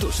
tus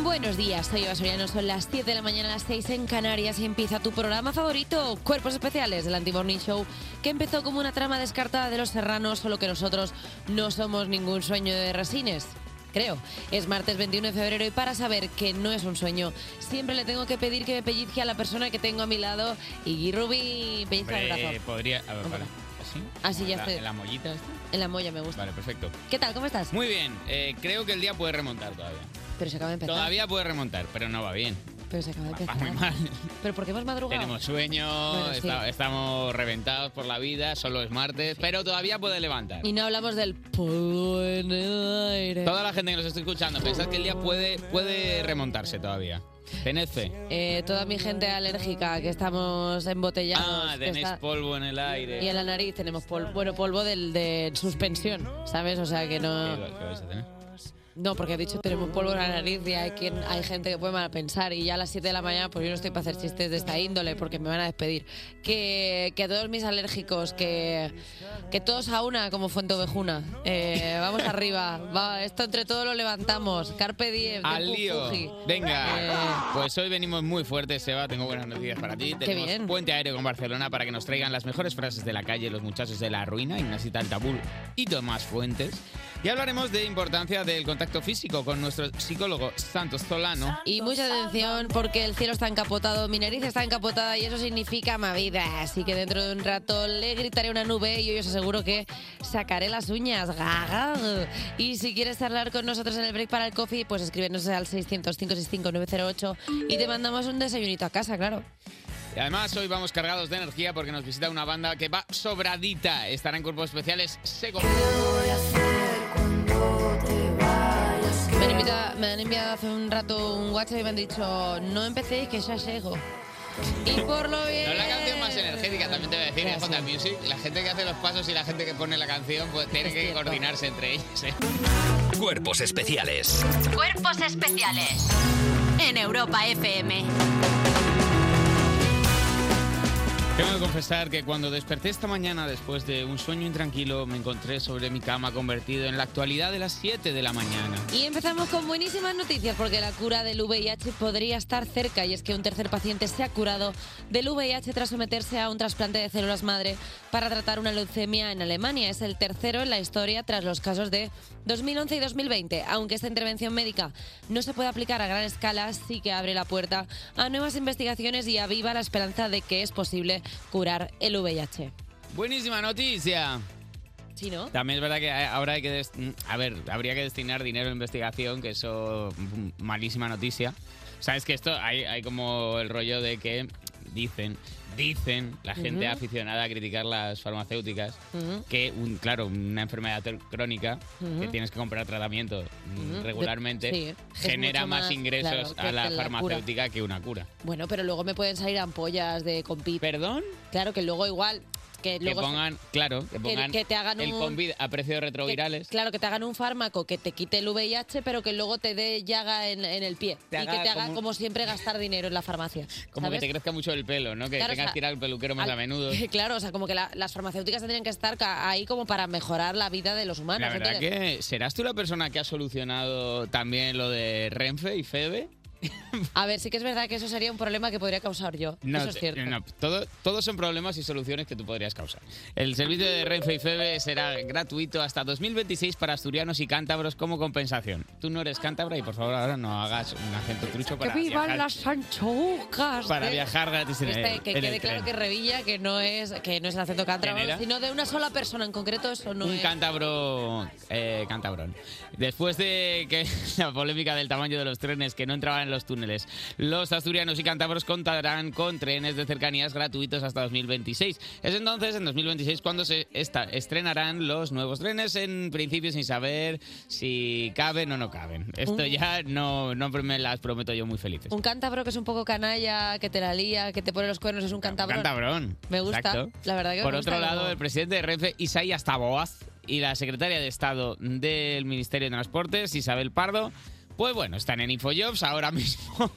Mm, Buenos días, soy Eva Soriano, son las 10 de la mañana, las 6 en Canarias y empieza tu programa favorito, Cuerpos Especiales del Anti-Morning Show, que empezó como una trama descartada de los serranos, solo que nosotros no somos ningún sueño de resines. Creo. Es martes 21 de febrero y para saber que no es un sueño, siempre le tengo que pedir que me pellizque a la persona que tengo a mi lado, y Rubi, pellizca el Hombre, brazo. podría. A ver, vale. ¿Así? Así Ah, ya ¿En la- estoy. ¿En la mollita esta? En la molla me gusta. Vale, perfecto. ¿Qué tal? ¿Cómo estás? Muy bien, eh, creo que el día puede remontar todavía. Pero se acaba de empezar. Todavía puede remontar, pero no va bien. Pero se acaba de empezar. muy mal. Pero porque hemos madrugado. Tenemos sueño, Bueno, sí. esta- estamos reventados por la vida, solo es martes, pero todavía puede levantar. Y no hablamos del polvo en el aire. Toda la gente que nos está escuchando, pensad que el día puede, puede remontarse todavía. Tened fe. Eh, toda mi gente alérgica que estamos embotellados. Ah, que tenéis está- polvo en el aire. Y en la nariz tenemos polvo, bueno, polvo del, de suspensión, ¿sabes? O sea que ¿Qué, no... va- qué vais a tener? No, porque he dicho tenemos polvo en la nariz y hay, quien, hay gente que puede mal pensar y ya a las 7 de la mañana pues yo no estoy para hacer chistes de esta índole porque me van a despedir. Que, que a todos mis alérgicos, que, que todos a una como Fuente Ovejuna. Eh, vamos arriba, va, esto entre todos lo levantamos. Carpe diem, Al tempu lío. fugi. Venga. Pues hoy venimos muy fuertes, Seba. Tengo buenas noticias para ti. Eh. Qué Tenemos bien. puente aéreo con Barcelona para que nos traigan las mejores frases de la calle, los muchachos de la ruina, Ignacita Altabul y Tomás Fuentes. Y hablaremos de importancia del contacto físico con nuestro psicólogo Santos Solano. Y mucha atención porque el cielo está encapotado, mi nariz está encapotada y eso significa mi vida. Así que dentro de un rato le gritaré a una nube y yo os aseguro que sacaré las uñas. Gaga. Y si quieres charlar con nosotros en el break para el coffee, pues escríbenos al 600-565-908 y te mandamos un desayunito a casa, claro. Y además hoy vamos cargados de energía porque nos visita una banda que va sobradita. Estará en cuerpos especiales seco. Me han, invitado- me han enviado hace un rato un WhatsApp y me han dicho, no empecéis que ya llego. Y por lo bien... No, la canción más energética también te voy a decir, es J Music. La gente que hace los pasos y la gente que pone la canción pues tiene que coordinarse entre ellos. ¿eh? Cuerpos especiales. Cuerpos especiales en Europa FM. Tengo que confesar que cuando desperté esta mañana después de un sueño intranquilo me encontré sobre mi cama convertido en la actualidad de las 7 de la mañana. Y empezamos con buenísimas noticias porque la cura del VIH podría estar cerca y es que un tercer paciente se ha curado del VIH tras someterse a un trasplante de células madre para tratar una leucemia en Alemania. Es el tercero en la historia tras los casos de 2011 y 2020. Aunque esta intervención médica no se puede aplicar a gran escala, sí que abre la puerta a nuevas investigaciones y aviva la esperanza de que es posible curar el VIH. Buenísima noticia. ¿Sí, no? También es verdad que eh, ahora hay que... des- mm, A ver, habría que destinar dinero a investigación, que eso... mm, Malísima noticia. Sabes que esto hay, hay como el rollo de que dicen, dicen la gente Ujú. aficionada a criticar las farmacéuticas Ujú. que, un, claro, una enfermedad ter- crónica que Ujú. tienes que comprar tratamiento mm, Ujú. regularmente Sí, es genera mucho más, más, ingresos claro, que- a la, que la cura. Eh, farmacéutica que una cura. Bueno, pero luego me pueden salir ampollas de compit. ¿Perdón? Claro, que luego igual... Que, Que luego se- pongan, claro, que pongan que te hagan el un- Convid a precios retrovirales. Claro, que te hagan un fármaco que te quite el VIH, pero que luego te dé llaga en, en el pie. Te y que haga te haga, como- como, siempre, gastar dinero en la farmacia. Como ¿sabes? que te crezca mucho el pelo, ¿no? Que Claro, o tengas sea, que ir al peluquero más al- a menudo. Claro, o sea, como que la- las farmacéuticas tendrían que estar ca- ahí como para mejorar la vida de los humanos. La verdad ¿entiendes? que, ¿serás tú la persona que ha solucionado también lo de Renfe y Febe? A ver, sí que es verdad que eso sería un problema que podría causar yo. eso es te- cierto. no, todo- todos son problemas y soluciones que tú podrías causar. El servicio de Renfe y Febe será gratuito hasta 2026 para asturianos y cántabros como compensación. Tú no eres cántabra y por favor ahora no hagas un acento trucho para ¡Que vivan viajar, las anchojas! para ¿eh? viajar gratis en Este, el, que en quede el claro tren. que Revilla que no es que no es el acento cántabro, era? sino de una sola persona en concreto, eso no un es. cántabro eh, cantabrón. Después de que la polémica del tamaño de los trenes que no entraban en los túneles túneles. Los asturianos y cántabros contarán con trenes de cercanías gratuitos hasta 2026. Es entonces, en 2026, cuando se esta- estrenarán los nuevos trenes, en principio sin saber si caben o no caben. Oh. Esto ya no, no me las prometo yo muy felices. Un cántabro que es un poco canalla, que te la lía, que te pone los cuernos, es un cántabro. Cantabrón. Me gusta. La verdad que me Por gusta otro lado, como- el presidente de Renfe, Isaías Taboaz, y la secretaria de Estado del Ministerio de Transportes, Isabel Pardo, pues bueno, están en Infojobs ahora mismo.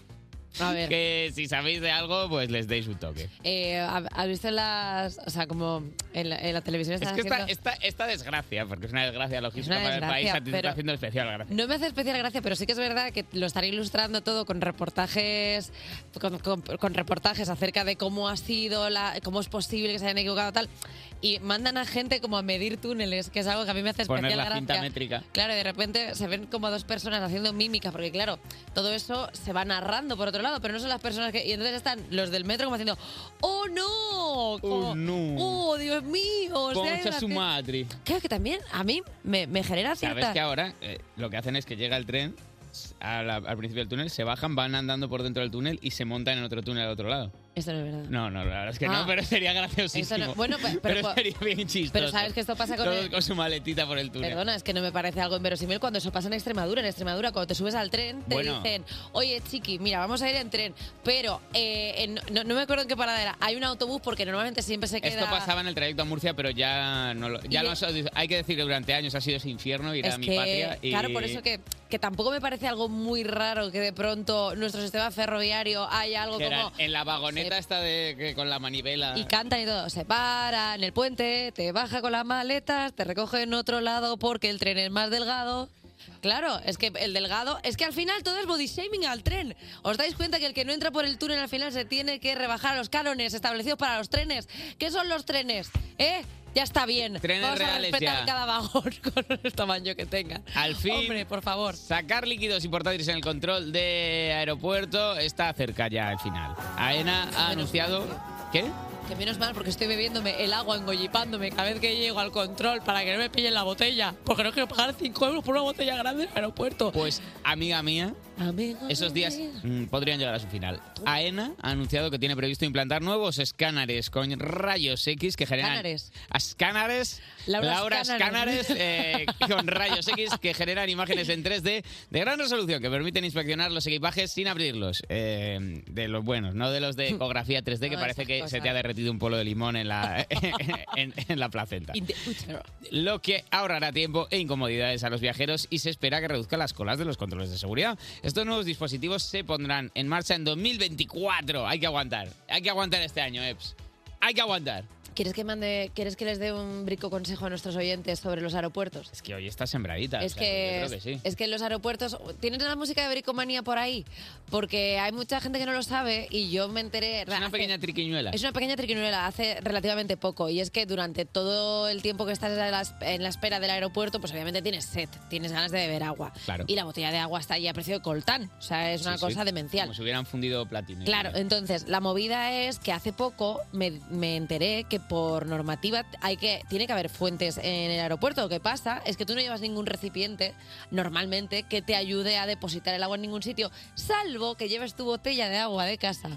A ver. Que si sabéis de algo, pues les deis un toque. Eh, ¿hab- ¿Has visto en las. O sea, como en la, en la televisión Es están que esta, haciendo- esta, esta desgracia, porque es una desgracia logística una para el desgracia, país, a ti te pero- está haciendo especial gracia. No me hace especial gracia, pero sí que es verdad que lo estaré ilustrando todo con reportajes, con, con- con reportajes acerca de cómo ha sido, la, cómo es posible que se hayan equivocado tal. Y mandan a gente como a medir túneles, que es algo que a mí me hace especial Poner la gracia. cinta métrica. Claro, y de repente se ven como dos personas haciendo mímica, porque claro, todo eso se va narrando por otro lado, pero no son las personas que... Y entonces están los del metro como haciendo, ¡oh no! Como, no. ¡Oh, Dios mío! o sea, hay Concha una su gente- madre. Claro que también a mí me, me genera cierta... Sabes que ahora eh, lo que hacen es que llega el tren a la- al principio del túnel, se bajan, van andando por dentro del túnel y se montan en otro túnel al otro lado. Esto no es verdad. No, no, la verdad es que Ah. no, pero sería graciosísimo. Eso no- bueno, pe- pero- pero, sería bien chistoso. pero sabes que esto pasa con Todos el- con su maletita por el túnel. Perdona, es que no me parece algo inverosímil cuando eso pasa en Extremadura. En Extremadura, cuando te subes al tren, te Bueno. dicen, oye, chiqui, mira, vamos a ir en tren, pero eh, en- no, no me acuerdo en qué parada era. Hay un autobús porque normalmente siempre se queda... Esto pasaba en el trayecto a Murcia, pero ya no lo, ya Y- lo has- hay que decir que durante años ha sido ese infierno ir es a mi que, patria y Claro, por eso que, que tampoco me parece algo muy raro que de pronto nuestro sistema ferroviario haya algo que era como... en la vagoneta esta de que con la manivela Y cantan y todo, se para en el puente, te baja con las maletas, te recoge en otro lado porque el tren es más delgado. Claro, es que el delgado, es que al final todo es body shaming al tren. ¿Os dais cuenta que el que no entra por el túnel al final se tiene que rebajar a los cánones establecidos para los trenes? ¿Qué son los trenes? ¿Eh? Ya está bien. Trenes Vamos a reales respetar ya. cada vagón con el tamaño que tenga. Al fin, Hombre, por favor. sacar líquidos y portátiles en el control de aeropuerto está cerca ya al final. AENA ha anunciado... ¿Qué? Que menos mal porque estoy bebiéndome el agua, engollipándome cada vez que llego al control para que no me pillen la botella. Porque no quiero pagar 5 euros por una botella grande en el aeropuerto. Pues, amiga mía, Amigo. Esos días mm, podrían llegar a su final. AENA ha anunciado que tiene previsto implantar nuevos escáneres con rayos X que generan... Escáneres. Escáneres. Laura Escáneres Escáneres. eh, con rayos X que generan imágenes en 3D de gran resolución que permiten inspeccionar los equipajes sin abrirlos. Eh, de los buenos, no de los de ecografía 3D que No, parece esas que se cosas. te ha derretido un polo de limón en la, en- en la placenta In the utero. lo que ahorrará tiempo e incomodidades a los viajeros y se espera que reduzca las colas de los controles de seguridad. Estos nuevos dispositivos se pondrán en marcha en 2024. Hay que aguantar, hay que aguantar este año, Eps. Hay que aguantar. ¿Quieres que mande, quieres que les dé un brico consejo a nuestros oyentes sobre los aeropuertos? Es que hoy está sembradita. Es o sea, que que, yo creo que sí. es que en los aeropuertos. ¿Tienes la música de bricomanía por ahí? Porque hay mucha gente que no lo sabe y yo me enteré. Es una hace- pequeña triquiñuela. Es una pequeña triquiñuela, hace relativamente poco. Y es que durante todo el tiempo que estás en la, esp- en la espera del aeropuerto, pues obviamente tienes sed, tienes ganas de beber agua. Claro. Y la botella de agua está ahí a precio de coltán. O sea, es una Sí, sí. cosa demencial. Como si hubieran fundido platino. Claro, entonces la movida es que hace poco me, me enteré que por normativa hay que tiene que haber fuentes en el aeropuerto. Lo que pasa es que tú no llevas ningún recipiente normalmente que te ayude a depositar el agua en ningún sitio, salvo que lleves tu botella de agua de casa,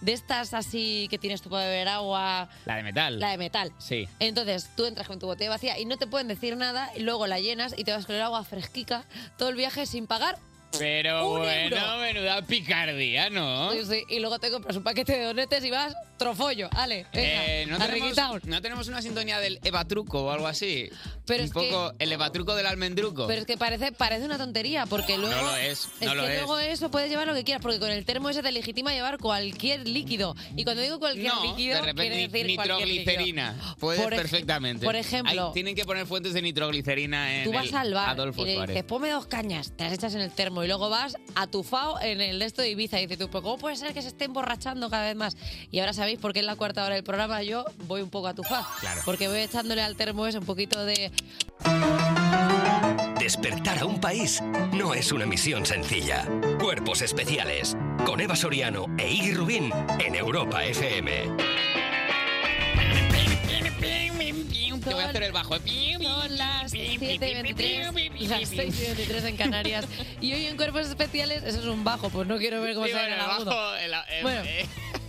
de estas así que tienes tú para beber agua, La de metal. la de metal. Sí. Entonces tú entras con tu botella vacía y no te pueden decir nada, y luego la llenas y te vas con el agua fresquica todo el viaje sin pagar Pero Un bueno, euro. menuda picardía, ¿no? Sí, sí, Y luego te compras un paquete de donetes y vas trofollo. Ale, venga, Eh, no, tenemos, arrequitao. no tenemos una sintonía del Evatruco o algo así. Pero Un es que- poco el Evatruco del almendruco. Pero es que parece, parece una tontería, porque luego. lo es, no es lo que es. luego eso puedes llevar lo que quieras, porque con el termo ese te legitima llevar cualquier líquido. Y cuando digo cualquier no, líquido, de repente quiere decir cualquier líquido. nitroglicerina. Puedes Por ej- perfectamente. por ejemplo- Hay- tienen que poner fuentes de nitroglicerina en Tú vas el al bar Adolfo y le Suárez. dices, ponme dos cañas, te las echas en el termo y luego vas atufado en el de esto de Ibiza. Y dices tú, "Pero ¿cómo puede ser que se esté emborrachando cada vez más? Y ahora sabéis por qué en la cuarta hora del programa yo voy un poco atufado. Claro. Porque voy echándole al termo ese un poquito de Despertar a un país no es una misión sencilla. Cuerpos especiales con Eva Soriano e Iggy Rubín en Europa FM. Te voy a hacer el bajo. Son las 7.23, las 6.23 en Canarias. Y hoy en Cuerpos Especiales, eso es un bajo, pues no quiero ver cómo Sí, se bueno, el bajo, el- el- eh. Bueno,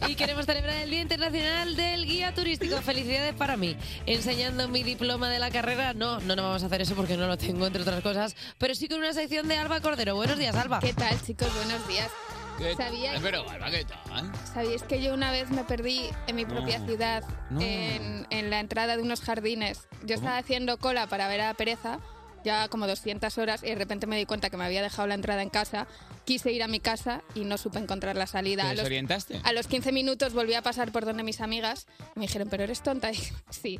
y queremos celebrar el Día Internacional del Guía Turístico. Felicidades para mí. Enseñando mi diploma de la carrera, no, no, no vamos a hacer eso porque no lo tengo, entre otras cosas, pero sí con una sección de Alba Cordero. Buenos días, Alba. ¿Qué tal, chicos? Buenos días. ¿Qué ¿Sabíais, tal? Pero, Alba, ¿qué tal? ¿Sabíais que yo una vez me perdí en mi propia No. ciudad, No. en, en la entrada de unos jardines? Yo estaba haciendo cola para ver a Pereza, ya como 200 horas, y de repente me di cuenta que me había dejado la entrada en casa. Quise ir a mi casa y no supe encontrar la ¿Te salida. A los, desorientaste? a los 15 minutos volví a pasar por donde mis amigas y me dijeron, pero eres tonta. Y, sí.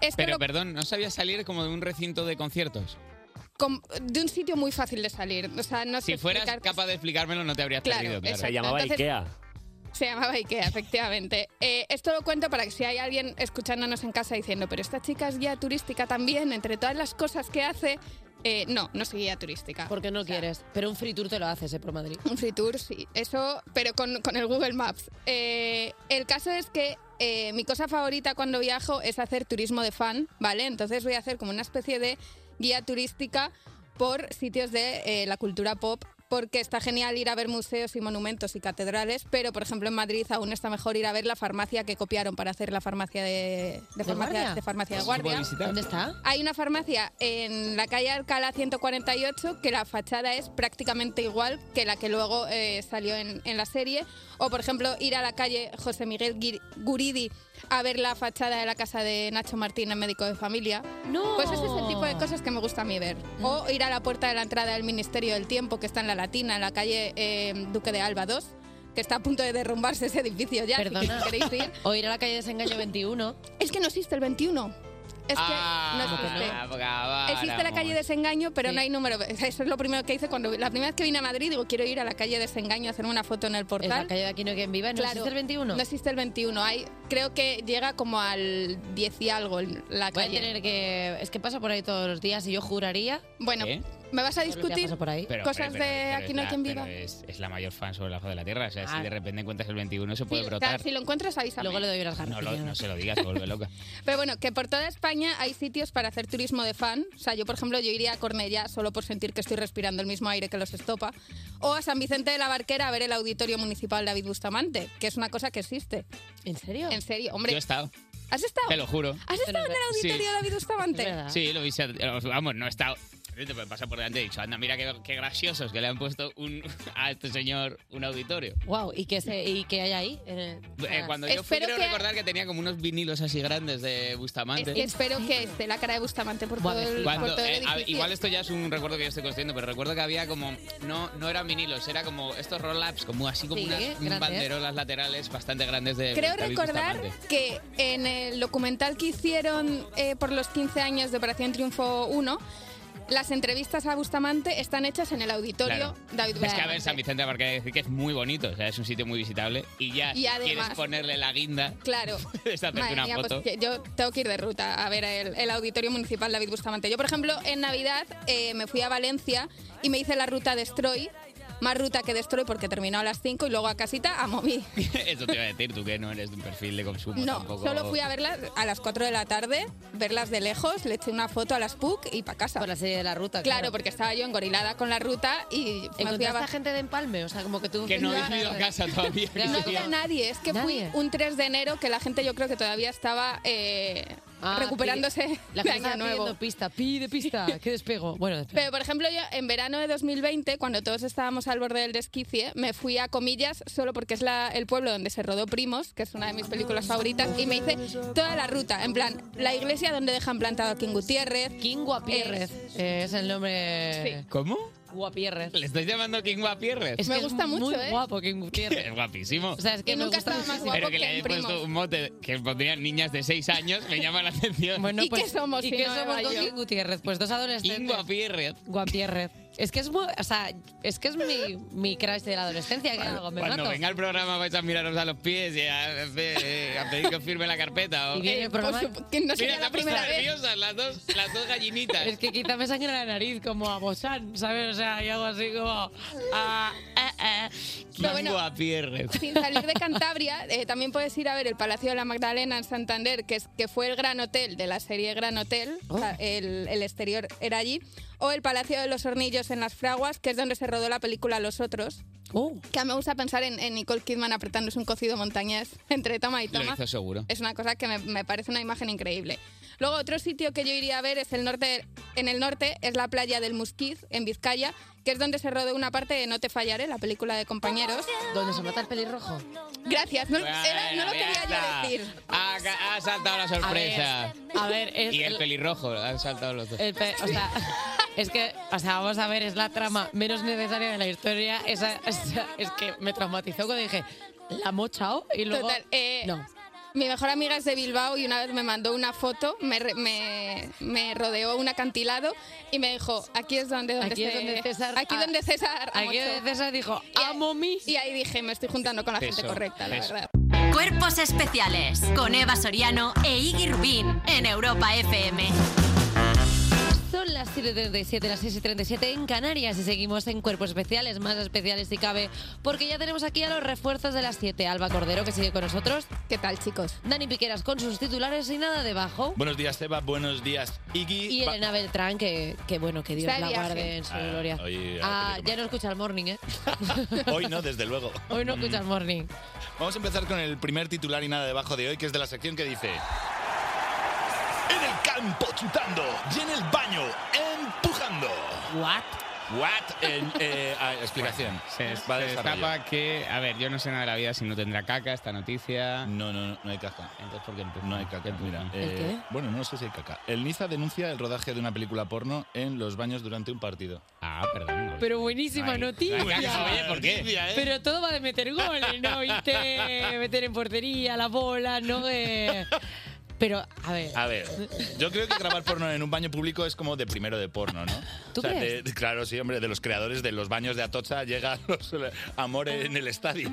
Esto Pero, lo- perdón, ¿no sabía salir como de un recinto de conciertos? com- de un sitio muy fácil de salir. O sea, no sé Si fueras explicar- capaz de explicármelo, no te habrías Claro, perdido. Claro. exacto. Se llamaba Entonces- Ikea. Se llamaba Ikea, efectivamente. Eh, esto lo cuento para que si hay alguien escuchándonos en casa diciendo, pero esta chica es guía turística también, entre todas las cosas que hace, eh, no, no soy guía turística. Porque no quieres, pero un free tour te lo haces, ¿eh? Por Madrid. Un free tour, sí. Eso, pero con, con el Google Maps. Eh, el caso es que eh, mi cosa favorita cuando viajo es hacer turismo de fan, ¿vale? Entonces voy a hacer como una especie de guía turística por sitios de eh, la cultura pop, porque está genial ir a ver museos y monumentos y catedrales, pero por ejemplo en Madrid aún está mejor ir a ver la farmacia que copiaron para hacer la farmacia de, de farmacia, de farmacia Pues de guardia. ¿Dónde está? Hay una farmacia en la calle Alcalá 148 que la fachada es prácticamente igual que la que luego eh, salió en, en la serie. O, por ejemplo, ir a la calle José Miguel Gui- Guridi a ver la fachada de la casa de Nacho Martín, el médico de familia. ¡No! Mm. Pues ese es el tipo de cosas que me gusta a mí ver. O ir a la puerta de la entrada del Ministerio del Tiempo, que está en la Latina, en la calle eh, Duque de Alba 2, que está a punto de derrumbarse ese edificio ya. así que Perdona. si queréis ir. O ir a la calle Desengaño 21. Es que no existe el 21. Es que no Ah, existe. acabáramos. Existe la calle Desengaño, pero no hay número. Eso es lo primero que hice cuando la primera vez que vine a Madrid, digo, quiero ir a la calle Desengaño a hacerme una foto en el portal. Es la calle de Aquí no hay quien viva. ¿No Claro, existe el 21? No existe el 21. Hay, creo que llega como al 10 y algo el- la Voy a calle. tener que... Es que paso por ahí todos los días y yo juraría... Bueno, me vas a Todos los días discutir paso por ahí. Pero, cosas pero, pero, de pero Aquí es no hay la- quien pero viva. Es, es la mayor fan sobre la faz de la tierra. O sea, Ah. si de repente encuentras el 21, eso puede Sí, o sea, brotar. si lo encuentras, avísame. Luego le doy unas no, garras. lo- no se lo digas, se vuelve loca. Pero bueno, que por toda España hay sitios para hacer turismo de fan. O sea, yo, por ejemplo, yo iría a Cornellá solo por sentir que estoy respirando el mismo aire que los estopa. O a San Vicente de la Barquera a ver el Auditorio Municipal David Bustamante, que es una cosa que existe. ¿En serio? En serio, hombre. Yo he estado, ¿Has estado? te lo juro. ¿Has estado en el Auditorio Sí. David Bustamante? Ah. Sí, lo hice. Vamos, no he estado. Te puede pasar por delante y he dicho, anda, mira qué, qué graciosos que le han puesto un, a este señor un auditorio. Wow, ¿y qué, se, y qué hay ahí? En el- Eh, Ah. cuando yo fui, Espero creo que- recordar que tenía como unos vinilos así grandes de Es Bustamante. que espero que esté la cara de Bustamante por Buah, todo el, por Cuando- todo el eh, a- edificio. igual esto ya es un recuerdo que yo estoy construyendo, pero recuerdo que había como no no eran vinilos, era como estos roll-ups, como así como Sí, unas grandes. banderolas laterales bastante grandes de Creo eh, David recordar Bustamante. que en el documental que hicieron eh, por los 15 años de Operación Triunfo 1, las entrevistas a Bustamante están hechas en el auditorio Claro. Es David que a Bustamante. ver, San Vicente porque hay que decir que es muy bonito, o sea, es un sitio muy visitable y ya Y además- quieres ponerle la guinda, Claro. puedes hacerte Madre una mía, pues foto. que yo tengo que ir de ruta a ver el, el auditorio municipal David Bustamante. Yo, por ejemplo, en Navidad eh, me fui a Valencia y me hice la ruta Destroy, más ruta que Destroy porque terminó a las 5 y luego a casita a Moví. Eso te iba a decir, tú que no eres de un perfil de consumo No, Pues tampoco. solo fui a verlas a las 4 de la tarde, verlas de lejos, le eché una foto a las PUC y para casa. Por la serie de la ruta. Claro, porque estaba yo engorilada con la ruta y me fui a ¿Encontraste a gente de empalme? O sea, como que tú... que no habéis ido a casa todavía. No No Sí. había nadie, es que Nadie. fui un 3 de enero que la gente yo creo que todavía estaba eh, Ah, recuperándose pide- La de año gente está nuevo. pidiendo pista, pide pista, que despego. Bueno, despego. Pero por ejemplo yo en verano de 2020, cuando todos estábamos al borde del desquicie, me fui a Comillas solo porque es la- el pueblo donde se rodó Primos, que es una de mis películas favoritas, y me hice toda la ruta, en plan, la iglesia donde dejan plantado a King Gutiérrez, King Guapierrez eh, es el nombre... ¿Cómo? Guapierrez. ¿Le estáis llamando King Guapierrez? Es Me que gusta es mucho, muy ¿eh? guapo King Guapierrez. Es guapísimo. O sea, es que Y me nunca gusta estaba más muchísimo. guapo. Pero que le que hayáis en Primos. puesto un mote que pondrían niñas de 6 años me llama la atención. Bueno, ¿Y pues- qué somos ¿Y si qué no somos era con yo? King Gutiérrez? Pues dos adolescentes. King Guapierrez. Guapierrez. Es que es, muy- o sea, es, que es mi, mi crush de la adolescencia. Que hago, me Cuando mato. venga el programa vais a miraros a los pies y a, eh, a pedir que os firme la carpeta. O... Y viene Eh, el programa. por supu- que no Mira, sería se la han puesto primera vez. nerviosas las dos, las dos gallinitas. Es que quizá me sangre la nariz como a Bosan, ¿sabes? O sea, yo hago así como. ah, ah, Pero bueno, Guapierre. sin salir de Cantabria, eh, también puedes ir a ver el Palacio de la Magdalena en Santander, que, es, que fue el gran hotel de la serie Gran Hotel, o sea, el, el exterior era allí, o el Palacio de los Hornillos en Las Fraguas, que es donde se rodó la película Los Otros. Que a mí me gusta pensar en, en Nicole Kidman apretándose un cocido montañés entre toma y Lo toma. hizo seguro. Eh, Es una cosa que me, me parece una imagen increíble. Luego otro sitio que yo iría a ver es el norte, en el norte es la playa del Musquiz en Vizcaya, que es donde se rodó una parte de No te fallaré, la película de compañeros. Donde se mata el pelirrojo. Gracias, no, era- no lo Bueno, quería ya yo decir. está. Ha, ca- ha saltado la sorpresa. a ver, es y el, el- pelirrojo, han saltado los dos. El pe- o sea, es que, o sea, vamos a ver, es la trama menos necesaria de la historia. Esa, esa- es que me traumatizó cuando dije, la mochao y luego... Total, eh, no. Mi mejor amiga es de Bilbao y una vez me mandó una foto, me, re- me, me rodeó un acantilado y me dijo, aquí es donde, donde, Aquí es se- donde César- aquí ah, donde César aquí amochó". donde César dijo, amo mí. Y ahí dije, me estoy juntando con la gente Eso, correcta, la eso. verdad. Cuerpos especiales con Eva Soriano e Iggy Rubín en Europa FM. Son las 7.37, las 6.37 en Canarias y seguimos en Cuerpos Especiales, más especiales si cabe, porque ya tenemos aquí a los refuerzos de las 7. Alba Cordero, que sigue con nosotros. ¿Qué tal, chicos? Dani Piqueras con sus titulares y nada debajo. Buenos días, Eva. Buenos días, Iggy. Y Va- Elena Beltrán, que, que bueno, que Dios Está de la viaje. guarde en su Ah, gloria. hoy- ah, Ah, ya no escucha el morning, ¿eh? Hoy no, desde luego. Mm. Hoy no escucha el morning. Vamos a empezar con el primer titular y nada debajo de hoy, que es de la sección que dice... En el campo chutando y en el baño empujando. What? What? En- eh, ah, explicación. Se, Va se a desarrollar. destapa que, a ver, yo no sé nada de la vida si no tendrá caca esta noticia. No, no, no, hay caca. Entonces, ¿por qué empuja? No hay caca, mira. eh, qué? Bueno, no sé si hay caca. El Niza denuncia el rodaje de una película porno en los baños durante un partido. Ah, perdón. Pero buenísima Ay, noticia. buenísima Oye, ¿por qué? noticia, ¿eh? Pero todo va de meter goles, ¿no? ¿Viste? meter en portería, la bola, ¿no? Eh, Pero, a ver. A ver, yo creo que grabar porno en un baño público es como de primero de porno, ¿no? ¿Tú crees? de- claro, sí, hombre, de los creadores de los baños de Atocha llega los- amor en el estadio.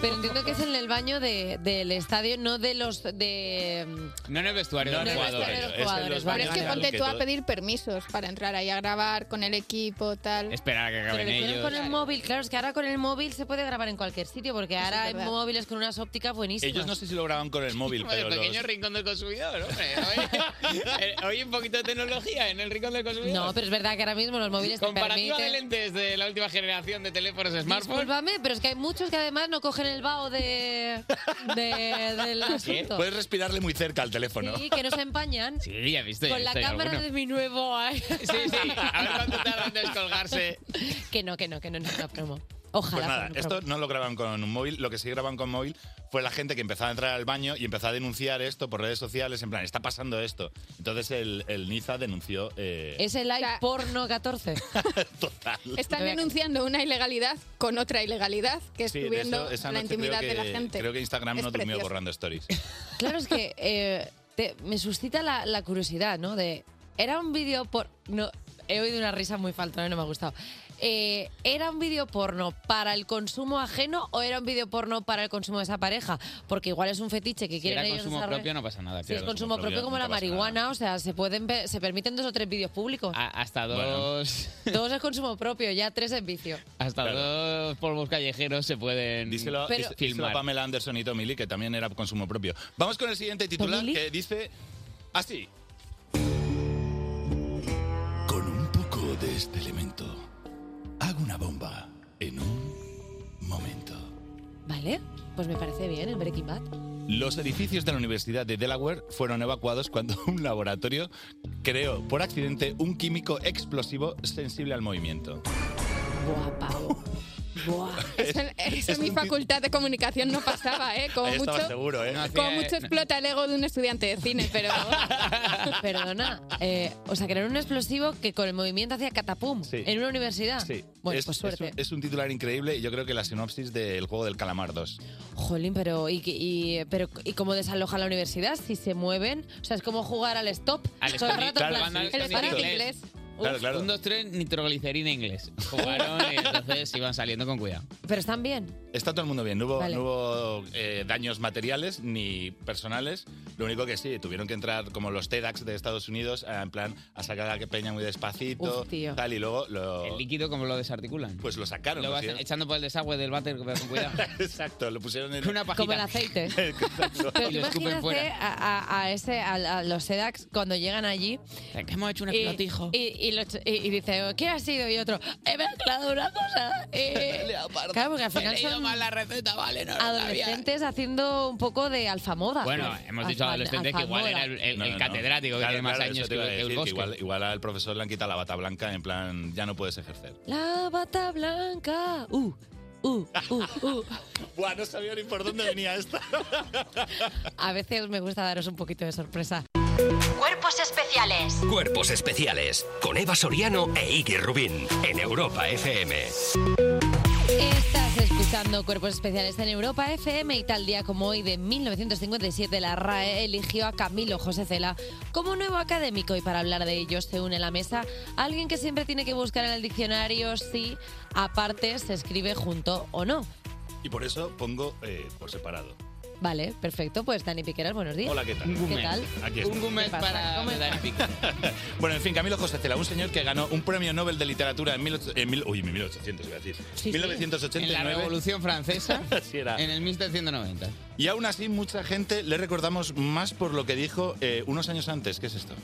Pero entiendo que es en el baño de- del estadio, no de los de No en el vestuario, No de en el los jugadores. vestuario, es en los Pero es baños. que Claro, ponte que tú a todo- pedir permisos para entrar ahí a grabar con el equipo, tal. Esperar a que Pero acaben lo hicieron con ellos. el móvil, claro, es que ahora con el móvil se puede grabar en cualquier sitio, porque ahora hay verdad. móviles con unas ópticas buenísimas. Ellos no sé si lo graban con el móvil, Como pero el los... pequeño rincón del consumidor, hombre. Hoy, eh, hoy un poquito de ¿eh? tecnología en el rincón del consumidor. No, pero es verdad que ahora mismo los móviles te Comparativa de permiten... lentes de la última generación de teléfonos smartphones. Discúlpame, pero es que hay muchos que además no cogen el vaho de, de- del asunto. Puedes respirarle muy cerca al teléfono. Sí, que no se empañan. Sí, ya he visto. ya he con la visto, hay cámara alguno. de mi nuevo... Sí, sí, a ver cuánto tarda en descolgarse. Que no, que no, que no, no es una promo. Pues Ojalá. nada, fuera una esto promo. no lo graban con un móvil, lo que sí graban con móvil fue la gente que empezó a entrar al baño y empezó a denunciar esto por redes sociales, en plan, está pasando esto. Entonces el, el Niza denunció... eh, Es el live porno 14. total. Están denunciando una ilegalidad con otra ilegalidad, que es Sí, de subiendo eso, esa la noche creo intimidad de la que- gente. Creo que Instagram Es no durmió precioso. borrando stories. Claro, es que eh, te- me suscita la, la curiosidad, ¿no? De, era un vídeo por... No, he oído una risa muy faltona, no me ha gustado. Eh, ¿Era un vídeo porno para el consumo ajeno o era un vídeo porno para el consumo de esa pareja? Porque igual es un fetiche que Si quieren era ellos consumo desarrollar. propio, no pasa nada. Si es consumo propio como la marihuana, o sea, se pueden pe- se permiten dos o tres vídeos públicos. Hasta dos, Dos es consumo propio, ya tres es vicio. hasta dos polvos callejeros se pueden Díselo, Pero- díselo a filmar. Pamela Anderson y Tommy Lee, que también era consumo propio. Vamos con el siguiente titular que dice así. Con un poco de este elemento, hago una bomba en un momento. Vale, pues me parece bien el Breaking Bad. Los edificios de la Universidad de Delaware fueron evacuados cuando un laboratorio creó por accidente un químico explosivo sensible al movimiento. Eso en, eso en mi facultad de comunicación no pasaba, ¿eh? Como Ahí mucho, estaba seguro, ¿eh? como mucho explota el ego de un estudiante de cine, pero Perdona, eh, o sea, crear un explosivo que con el movimiento hacía catapum en una universidad. Sí. Bueno, es, pues es un- suerte. Es un, titular increíble y yo creo que la sinopsis del juego del calamar 2. Jolín, pero ¿y, qué- y- pero ¿y cómo desalojan la universidad si se mueven? O sea, es como jugar al stop. Al todo el stop, rato, en claro, plan, cuando al el stop en stop en inglés. inglés. Claro, claro. Un, dos, tres, nitroglicerina inglés. Jugaron y entonces iban saliendo con cuidado. Pero están bien. Está todo el mundo bien, no hubo, Vale. no hubo, eh, daños materiales ni personales. Lo único que sí, tuvieron que entrar como los TEDx de Estados Unidos, eh, en plan, a sacar a la peña muy despacito, Uf, tío. tal, y luego lo... El líquido, ¿cómo lo desarticulan? Pues lo sacaron. Lo lo vas hicieron- echando por el desagüe del váter con cuidado. Exacto, lo pusieron en una pajita. Como el aceite. Pero Y tú lo escupen imagínate fuera. a, a- a ese, a, a los SEDAX cuando llegan allí. hemos hecho un explotijo. Y, y, los- y- y dice, ¿qué ha sido? Y otro, he mezclado una cosa. eh". claro, porque al final son la receta, vale, no, adolescentes haciendo un poco de alfamoda. Bueno, Pues, hemos dicho Alfa- adolescentes que igual era el, el- No, el no, no. catedrático que Claro, tiene más claro, años eso que, te iba a que decir, el que bosque. Igual, igual al profesor le han quitado la bata blanca, en plan, ya no puedes ejercer. La bata blanca. Uh, uh, uh, uh. Buah, no sabía ni por dónde venía esta. A veces me gusta daros un poquito de sorpresa. Cuerpos especiales Cuerpos especiales con Eva Soriano e Iggy Rubín en Europa FM. Estás escuchando Cuerpos Especiales en Europa FM y tal día como hoy de 1957 la RAE eligió a Camilo José Cela como nuevo académico y para hablar de ello se une a la mesa alguien que siempre tiene que buscar en el diccionario si aparte se escribe junto o no. Y por eso pongo eh, por separado. Vale, perfecto. Pues Dani Piqueras, buenos días. Hola, ¿qué tal? ¿Qué tal? Aquí estoy. gumet pasa? para dar pico. Bueno, en fin, Camilo José Cela, un señor que ganó un premio Nobel de Literatura en, 18 en mil- uy, en 1800, iba a decir. En la 1989. Revolución Francesa, Así era. en el 1790. Y aún así, mucha gente le recordamos más por lo que dijo eh, unos años antes. ¿Qué es esto?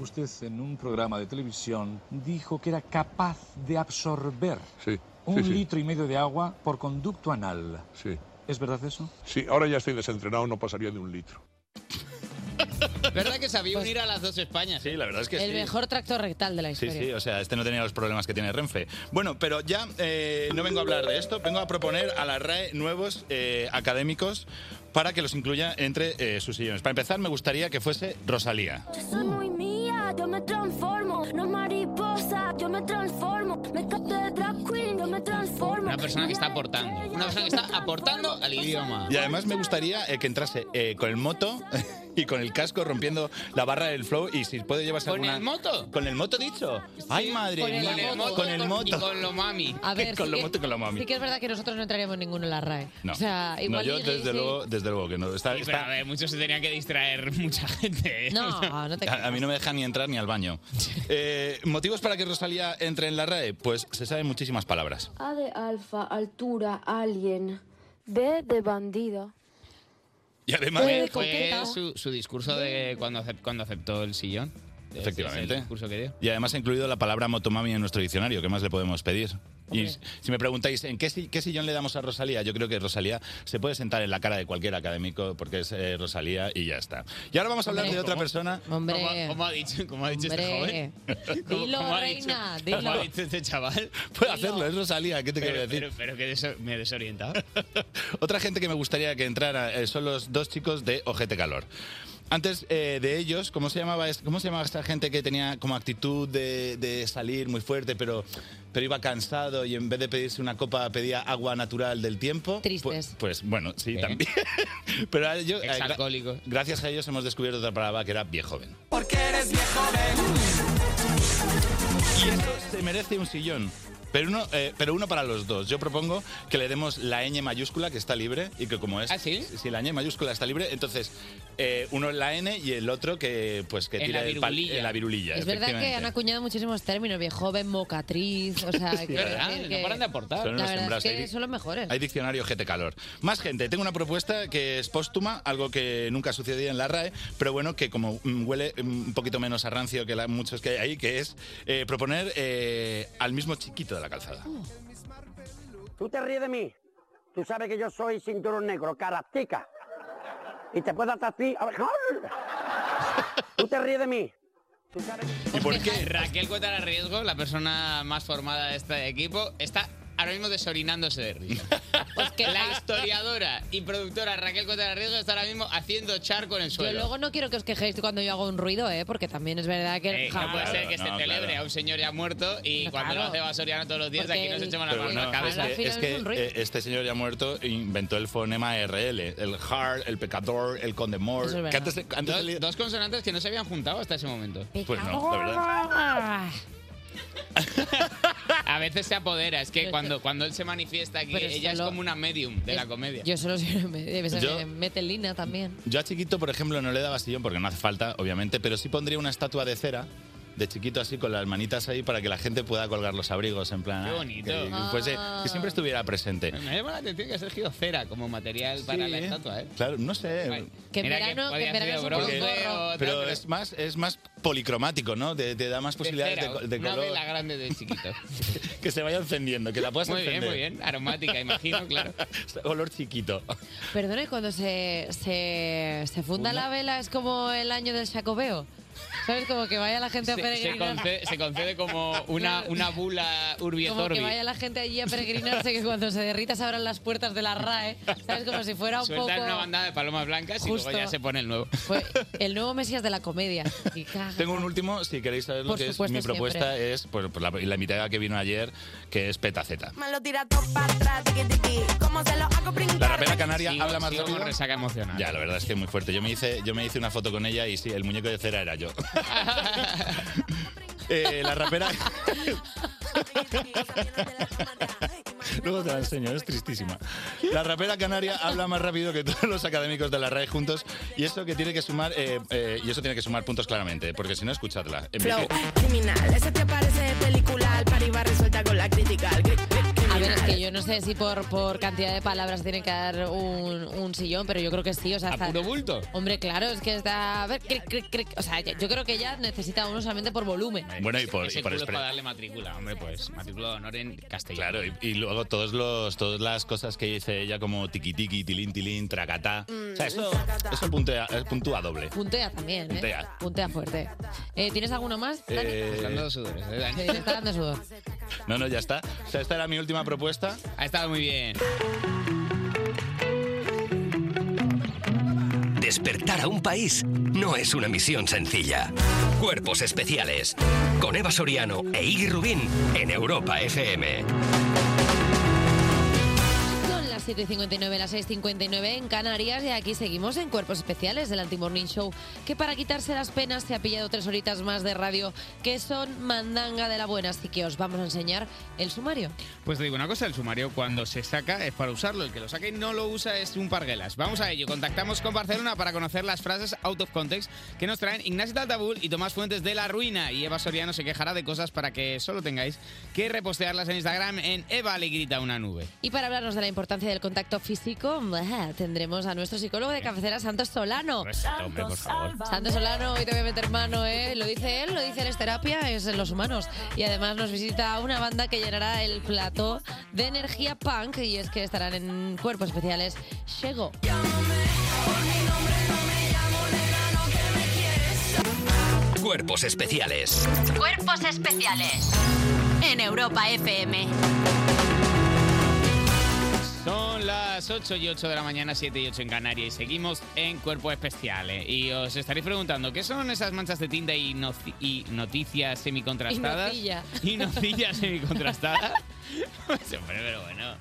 Usted en un programa de televisión dijo que era capaz de absorber un sí. litro y medio de agua por conducto anal. Sí. ¿Es verdad eso? Sí, ahora ya estoy desentrenado, no pasaría de un litro. ¿Verdad que sabía unir a las dos Españas? Sí, la verdad es que Pues El mejor tracto rectal de la Sí, historia. sí, o sea, este no tenía los problemas que tiene Renfe. Bueno, pero ya eh, no vengo a hablar de esto, vengo a proponer a la RAE nuevos eh, académicos para que los incluya entre eh, sus sillones. Para empezar, me gustaría que fuese Rosalía. Yo soy muy mía, yo me transformo. No mariposa, yo me transformo. Me canto de drag queen, yo me transformo. Una persona que está aportando. Una persona que está aportando al idioma. Y además me gustaría eh, que entrase eh, con el moto y con el casco rompiendo la barra del flow y si puede llevarse ¿Con alguna... el moto? Con el moto dicho. Ay, madre con el mía. moto. Con el y moto. con lo mami. A ver, Con sí lo que- moto y con lo mami. Sí que es verdad que nosotros no entraríamos ninguno en la RAE. No, O sea, No, igual yo Iggy, desde sí. luego, desde luego que no. Está- Sí, pero está- a ver, muchos se tenían que distraer mucha gente. ¿eh? No, no te A, a mí no me deja ni entrar ni al baño. Eh, ¿Motivos para que Rosalía entre en la RAE? Pues se saben muchísimas palabras. A de alfa, altura, alien. B de bandido. Y además, Fue, Madre, fue coqueta. su, su discurso de cuando, acep- cuando aceptó el sillón. Ese es Efectivamente. el discurso que dio. y además ha incluido la palabra motomami en nuestro diccionario. ¿Qué más le podemos pedir? Y si me preguntáis, ¿en qué, si- qué sillón le damos a Rosalía? Yo creo que Rosalía se puede sentar en la cara de cualquier académico porque es eh, Rosalía y ya está. Y ahora vamos a hablar Hombre. de otra ¿Cómo? persona. Hombre. ¿Cómo, cómo ha dicho, cómo ha dicho este Hombre. joven? ¿Cómo- Dilo, cómo ha reina, dicho, dilo. ¿Cómo ha dicho este chaval? Ah, Puede hacerlo, es Rosalía, ¿qué te quiero Pero, decir? pero, pero que deso- me he desorientado. Otra gente que me gustaría que entrara eh, son los dos chicos de Ojete Calor. Antes eh, de ellos, ¿cómo se llamaba es- cómo se llamaba esta gente que tenía como actitud de, de salir muy fuerte, pero, pero iba cansado y en vez de pedirse una copa pedía agua natural del tiempo? Tristes. Pu- Pues, bueno, sí, ¿Eh? también. pero a ellos, eh, gra- Exalcohólico. gracias a ellos hemos descubierto otra palabra que era viejo joven. Y esto se merece un sillón. Pero uno, eh, pero uno para los dos. Yo propongo que le demos la ñ mayúscula, que está libre, y que como es... ¿Ah, sí? Si la ñ mayúscula está libre, entonces eh, uno en la n y el otro que pues que En tira la el pal- virulilla. en la virulilla. Es verdad que efectivamente. han acuñado muchísimos términos, viejoven, mocatriz, o sea, quiero ¿Verdad? decir No que- paran de Son aportar. unos la verdad es sembrados. Hay que di- son los mejores. Hay diccionario GT Calor. Más gente, tengo una propuesta que es póstuma, algo que nunca sucedía en la RAE, pero bueno, que como mm, huele mm, un poquito menos a rancio que la- muchos que hay ahí, que es eh, proponer eh, al mismo chiquito de la calzada. Tú te ríes de mí. Tú sabes que yo soy cinturón negro, caractica. Y te puedo hasta a ti. Tú te ríes de mí. Tú sabes que- ¿Y por qué? Raquel Cuétara Riesgo, la persona más formada de este equipo, está ahora mismo desorinándose de risa. Pues la historiadora y productora Raquel Cuétara Riesgo está ahora mismo haciendo charco en el Yo suelo. luego no quiero que os quejéis cuando yo hago un ruido, ¿eh? Porque también es verdad que... Eh, no puede Claro, ser que se no, celebre claro. a un señor ya muerto y Pero cuando lo claro. hace Basoriano todos los días Porque aquí nos el- echamos la Pero mano en la bueno, cabeza. Al es que, final es que, es un ruido. eh, este señor ya muerto inventó el fonema RL, el hard, el pecador, el condemor. Eso es verdad. que antes, antes Pues Dos, salía- dos consonantes que no se habían juntado hasta ese momento. Pues no, la verdad. veces se apodera. Es que cuando, cuando él se manifiesta aquí, Pero es ella es solo- como una medium de la comedia. Yo solo soy una media, me Yo- sale- mete lina también. Yo a chiquito, por ejemplo, no le daba sillón porque no hace falta, obviamente, pero sí pondría una estatua de cera de chiquito así con las manitas ahí para que la gente pueda colgar los abrigos en plan Qué ah, bonito. que, fuese- Ah. que siempre estuviera presente Me llama la atención que has elegido cera como material para la estatua, ¿eh? claro no sé Que en Mira que verano- que en podía verano ser es un bronce poco o gorro. tal, pero pero- es más es más policromático no te, te da más posibilidades de, cera, co- de una color vela grande de chiquito. que se vaya encendiendo que la puedas Muy bien, encender muy bien. Aromática, imagino, claro olor chiquito Perdone, cuando se, se, se funda la vela es como el año del Jacobeo. ¿Sabes? Como que vaya la gente a Se, se peregrinar. concede, se concede como una, una bula urbi et Como que orbi. vaya la gente allí a peregrinarse, que cuando se derrita se abran las puertas de la RAE. ¿Sabes? Como si fuera un Sueltan poco una bandada de palomas blancas y Justo. luego ya se pone el nuevo. el nuevo Mesías de la comedia. Y caga. Tengo un último, si queréis saber lo Por que es. supuesto, Mi siempre. propuesta es pues, pues, la, la invitada que vino ayer, que es Petaceta. Me lo tira todo para atrás, tiqui, tiqui. ¿Cómo se lo hago brincar? La rapera canaria habla más sigo rápido. con resaca emocional. Ya, la verdad es que es muy fuerte. Yo me hice, yo me hice una foto con ella y sí, el muñeco de cera era yo. Eh, la rapera. Luego te la enseño, es tristísima. La rapera canaria habla más rápido que todos los académicos de la RAE juntos y eso que tiene que sumar eh, eh, y eso tiene que sumar puntos claramente, porque si no escuchadla. En vez Flow de- criminal, ese que parece de película, el pari va resuelta con la crítica. el gri- gri- A ver, es criminal. que yo no sé si por, por cantidad de palabras tiene que dar un, un sillón, pero yo creo que sí. O sea, A está- puro bulto. Hombre, claro, es que está. A ver, cric, cric, cric. O sea, yo creo que ella necesita uno solamente por volumen. Bueno, y por, Ese y por culo es expre- para darle matrícula, hombre, pues matrícula de honor en castellano. Claro, y, y luego todos los, todas las cosas que dice ella como tiki tiki, tilín tilín, tracatá. O sea, eso, eso puntea- eh, puntúa doble. Puntea también, ¿eh? Puntea. Puntea fuerte. Eh, ¿Tienes alguno más? Dani? Eh, Sí, le está dando sudor. No, no, ya está. O sea, esta era mi última propuesta. Ha estado muy bien. Despertar a un país no es una misión sencilla. Cuerpos especiales. Con Eva Soriano e Iggy Rubín en Europa FM. Son las 7.59, las 6.59 en Canarias y aquí seguimos en Cuerpos Especiales del Anti-Morning Show, que para quitarse las penas se ha pillado tres horitas más de radio, que son mandanga de la buena, así que os vamos a enseñar el sumario. Pues te digo una cosa, el sumario cuando se saca es para usarlo, el que lo saque y no lo usa es un parguelas. Vamos a ello, contactamos con Barcelona para conocer las frases out of context que nos traen Ignacio Taltabul y Tomás Fuentes de La Ruina. Y Eva Soriano se quejará de cosas para que solo tengáis que repostearlas en Instagram en Eva le grita una nube. Y para hablarnos de la importancia del contacto físico, bah, tendremos a nuestro psicólogo de cabecera, Santos Solano. Hombre, por favor. Santos Solano, hoy te voy a meter mano, ¿eh? Lo dice él, lo dice Eres Terapia, es en los humanos. Y además nos visita una banda que llenará el plató de energía punk y es que estarán en cuerpos especiales. Chego. Cuerpos especiales. Cuerpos especiales en Europa FM. Son las 8 y 8 de la mañana, 7 y 8 en Canarias y seguimos en Cuerpos Especiales. Y os estaréis preguntando, ¿qué son esas manchas de tinta y, noci- y noticias semicontrastadas? Y nocilla. Y nocillas semicontrastadas. Pues, hombre, pero bueno.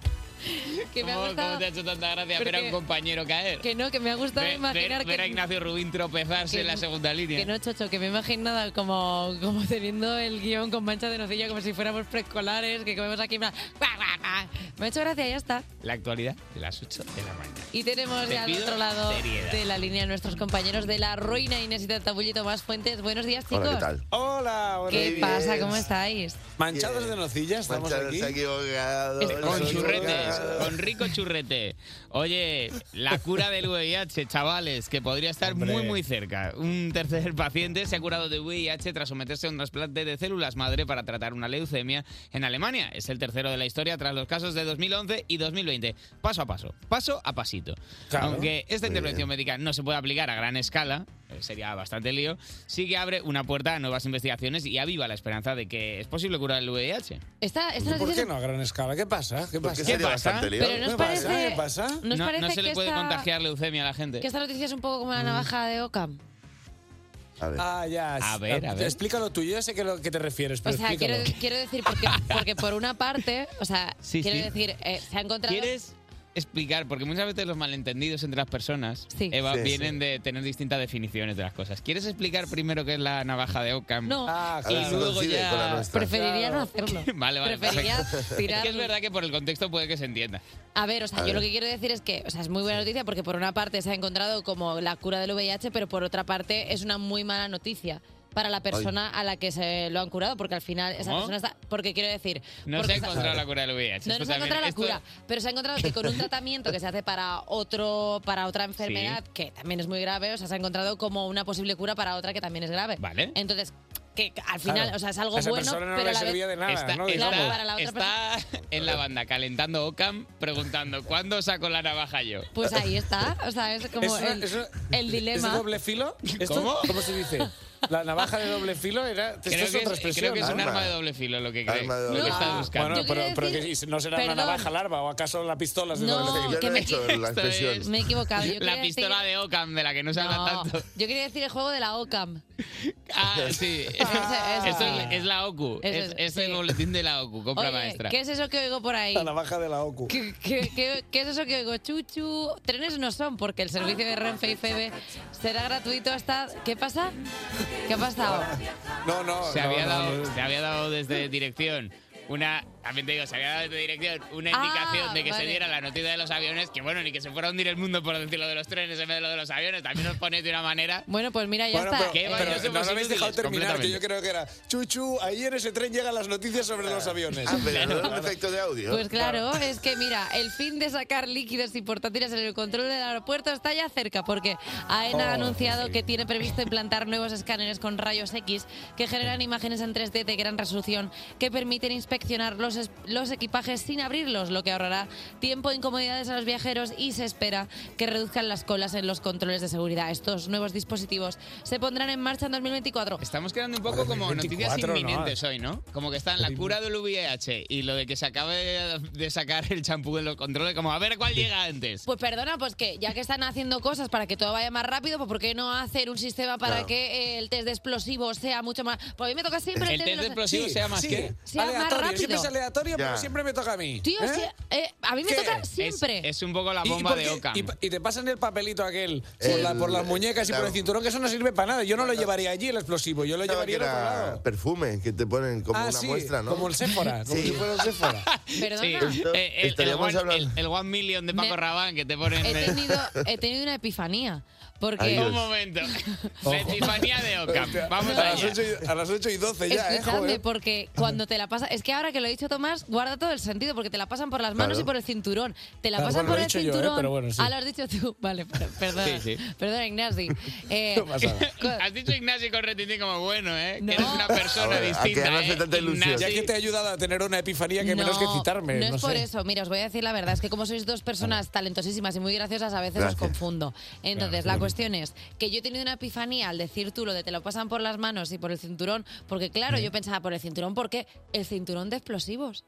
Que me ha ¿Cómo, gustado- cómo te ha hecho tanta gracia ver a un Porque- compañero caer? Que no, que me ha gustado Ve- ver- imaginar ver que- a Ignacio Rubín tropezarse que- en la segunda línea. Que no, Chocho, que me he imaginado como, como teniendo el guión con mancha de nocilla, como si fuéramos preescolares, que comemos aquí. en plan, "Guau, guau, guau". Me ha hecho gracia, ya está. La actualidad de las 8 de la mañana. Y tenemos Te ya al pido otro lado seriedad. de la línea nuestros compañeros de la ruina Inés y Tabullito Más Fuentes. Buenos días, chicos. Hola, ¿qué tal? Hola, hola. ¿Qué Muy pasa? bien. ¿Cómo estáis? Manchados de nocilla, estamos Manchados aquí. equivocados. Con churretes, con rico churrete. Oye, la cura del VIH, chavales, que podría estar muy, muy cerca. Un tercer paciente se ha curado de VIH tras someterse a un trasplante de células madre para tratar una leucemia en Alemania. Es el tercero de la historia tras los casos de 2011 y 2020. Paso a paso, paso a pasito. Claro. Aunque esta Muy intervención médica no se puede aplicar a gran escala, eh, sería bastante lío, sí que abre una puerta a nuevas investigaciones y aviva la esperanza de que es posible curar el VIH. Esta, esta ¿Por noticia qué no a gran escala? ¿Qué pasa? ¿Qué pasa? sería bastante liado. Pero nos ¿Qué parece- pasa? ¿Qué pasa? nos No- no parece se le que puede esta- contagiar leucemia a la gente. Que esta noticia es un poco como la navaja de Ockham. Mm. A ver. Ah, ya. A ver, a ver. Explícalo tú, yo ya sé que lo que te refieres, O pero sea, quiero, explícalo. quiero decir, porque, porque por una parte, o sea, Sí, quiero sí. decir, eh, se ha encontrado... ¿Quieres explicar, porque muchas veces los malentendidos entre las personas Eva, Sí, vienen de tener distintas definiciones de las cosas. ¿Quieres explicar primero qué es la navaja de Occam? No. Ah, y claro. luego Coincide con la ya... nuestra. Preferiría no hacerlo. Vale, vale. Preferiría perfecto. Es tirar- que es verdad que por el contexto puede que se entienda. A ver, o sea, A yo ver. lo que quiero decir es que, o sea, es muy buena noticia porque por una parte se ha encontrado como la cura del VIH, pero por otra parte es una muy mala noticia para la persona a la que se lo han curado, porque al final esa ¿Cómo? persona está... Porque quiero decir... No se porque ha esa- encontrado la cura del VIH. No, esto no se ha también- encontrado la esto- cura, pero se ha encontrado que con un tratamiento que se hace para otro para otra enfermedad Sí. que también es muy grave, o sea, se ha encontrado como una posible cura para otra que también es grave. Vale. Entonces, que al final, Claro. o sea, es algo Esa bueno, persona no pero le a la vez- servía de nada, Está- ¿no? Claro, está- para la otra está- persona- En la banda, calentando Ocam, preguntando, ¿cuándo saco la navaja yo? Pues ahí está, o sea, es como Es una- el, es una- el dilema. ¿Es de doble filo? ¿Esto? ¿Cómo? ¿Cómo se dice? La navaja de doble filo era. Creo, esto es otra que, es, creo expresión, que es un ¿no? arma de doble filo lo que crees. Arma de Lo doble que filo. estás buscando. Bueno, Yo pero- quiero pero que decir- no será una perdón. navaja larva o acaso la pistola de No, doble filo. que me- Yo no he hecho la Esto expresión. es Me he equivocado. Yo la quería pistola decir- de Ocam, de la que no se habla No, tanto. yo quería decir el juego de la OCAM. Ah, sí. eso Esto sí. es, es la OCU. Eso Es, es el boletín de la OCU, compra Oye, maestra. ¿qué es eso que oigo por ahí? La navaja de la OCU. ¿Qué, qué- qué- qué es eso que oigo? Chuchu, trenes no son porque el servicio de Renfe y FEBE será gratuito hasta... ¿Qué pasa? ¿Qué ha pasado? No, no. se, no, había no, dado, no. se había dado desde dirección una. También te digo, se había dado desde dirección una Ah, indicación de que vale. se diera la noticia de los aviones, que bueno, ni que se fuera a hundir el mundo por decir lo de los trenes en vez de lo de los aviones, también nos ponéis de una manera. Bueno, pues mira, ya Bueno, está. pero- Eh, pero- Pero no somos lo habéis dejado inútiles, terminar, que yo completamente. creo que era. Chuchu, ahí en ese tren llegan las noticias sobre los aviones. Ah, pero no era un efecto de audio. Pues claro, es que mira, el fin de sacar líquidos y portátiles en el control del aeropuerto está ya cerca porque AENA ha Oh, anunciado sí. que tiene previsto implantar nuevos escáneres con rayos X que generan imágenes en 3D de gran resolución que permiten inspeccionar los, es- los equipajes sin abrirlos, lo que ahorrará tiempo e incomodidades a los viajeros y se espera que reduzcan las colas en los controles de seguridad. Estos nuevos dispositivos se pondrán en marcha en 2024. Estamos quedando un poco como noticias 24, ¿no? inminentes hoy, ¿no? Como que están la cura del VIH y lo de que se acabe de sacar el champú de los controles, como a ver cuál llega antes. Pues perdona, pues que ya que están haciendo cosas para que todo vaya más rápido, pues ¿por qué no hacer un sistema para Claro. que eh, el test de explosivos sea mucho más... Pues a mí me toca El siempre el, test de los- explosivos Sí, sea más sí. qué? Sea más Aleatorio, rápido. siempre es aleatorio, pero Ya. siempre me toca a mí. Tío, ¿Eh? sí, eh, a mí me ¿Qué? toca siempre. Es un poco la ¿Y- y bomba por de qué? Ockham. Y, pa- y te pasan el papelito aquel por, la- por las El- muñecas y la- por el cinturón, que eso no sirve para nada. Yo no lo llevaría allí el explosivo, yo lo Pensaba que llevaría al otro era lado. perfume que te ponen como Ah, una sí, muestra, ¿no? como el Sephora, como si fuera un Sephora. Sí, Perdona. eh, el, el Estaríamos one, el- el one million de Paco Rabanne que te ponen... He de- tenido, he tenido una epifanía. Porque... Un momento. La epifanía de Ockham. Vamos Este, a las, allá. 8 y, a las 8 y 12 ya, ¿eh? Escuchadme, Joder. porque cuando te la pasa, es que ahora que lo he dicho Tomás, guarda todo el sentido, porque te la pasan por las manos Claro. y por el cinturón. Te la Claro, bueno, pasan lo por he el dicho yo, ¿eh? cinturón. Pero bueno, sí. Ah, lo has dicho tú. Vale, per- perdona. Sí, sí. Perdona, Ignasi. Eh, Has dicho Ignacio Corretini como bueno, ¿eh? Que eres una persona distinta. ¿eh? Ignasi. Ya que te ha ayudado a tener una epifanía que menos que citarme. no es por sé. eso. Mira, os voy a decir la verdad. Es que como sois dos personas talentosísimas y muy graciosas, a veces os Gracias. confundo. Entonces, Claro. la cuestión es que yo he tenido una epifanía al decir tú lo de te lo pasan por las manos y por el cinturón, porque claro, yo pensaba por el cinturón, porque el cinturón de explosivos.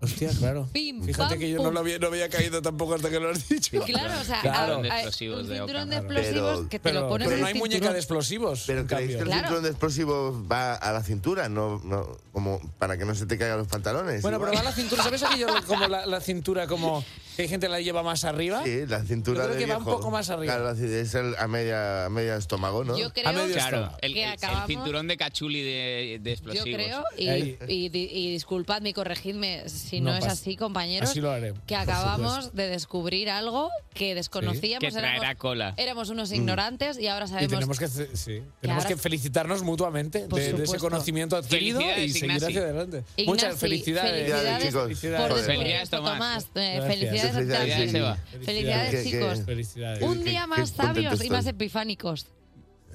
Hostia, claro. Pim, Fíjate pam, que yo no, pum. lo había, no había caído tampoco hasta que lo has dicho. Claro, o sea, a- a- un cinturón de explosivos Pero, que te lo pones en el cinturón. explosivos. Pero creéis que el Claro. cinturón de explosivos va a la cintura, no, no como para que no se te caigan los pantalones. Bueno, pero va igual. la cintura. ¿Sabes aquello de como la, la cintura como que hay gente que la lleva más arriba? Sí, la cintura Yo creo de que va un viejo. poco más arriba. Claro, así es el- a media a media estómago, ¿no? Yo creo- A medio Claro, estómago. el, que el- el acabamos- cinturón de cachuli de, de Yo explosivos. creo, y, Ahí. y di- y disculpadme y corregidme si no, No es pasa. así, compañeros, Así lo haré, que por acabamos supuesto. de descubrir algo que desconocíamos. Que traerá éramos, cola. éramos unos Mm. ignorantes y ahora Y sabemos... tenemos que, ce- sí, tenemos ahora- que felicitarnos mutuamente Por de, de ese supuesto. conocimiento adquirido y Felicidades, seguir Ignasi. hacia adelante. Ignasi, Muchas felicidades. felicidades Felicidades, por descubrir Felicidades, esto, Tomás. Pues Tomás. Eh, Gracias. felicidades, Felicidades, Octavio. Eva. Felicidades, chicos. Felicidades. Un día más sabios y más epic. epifánicos.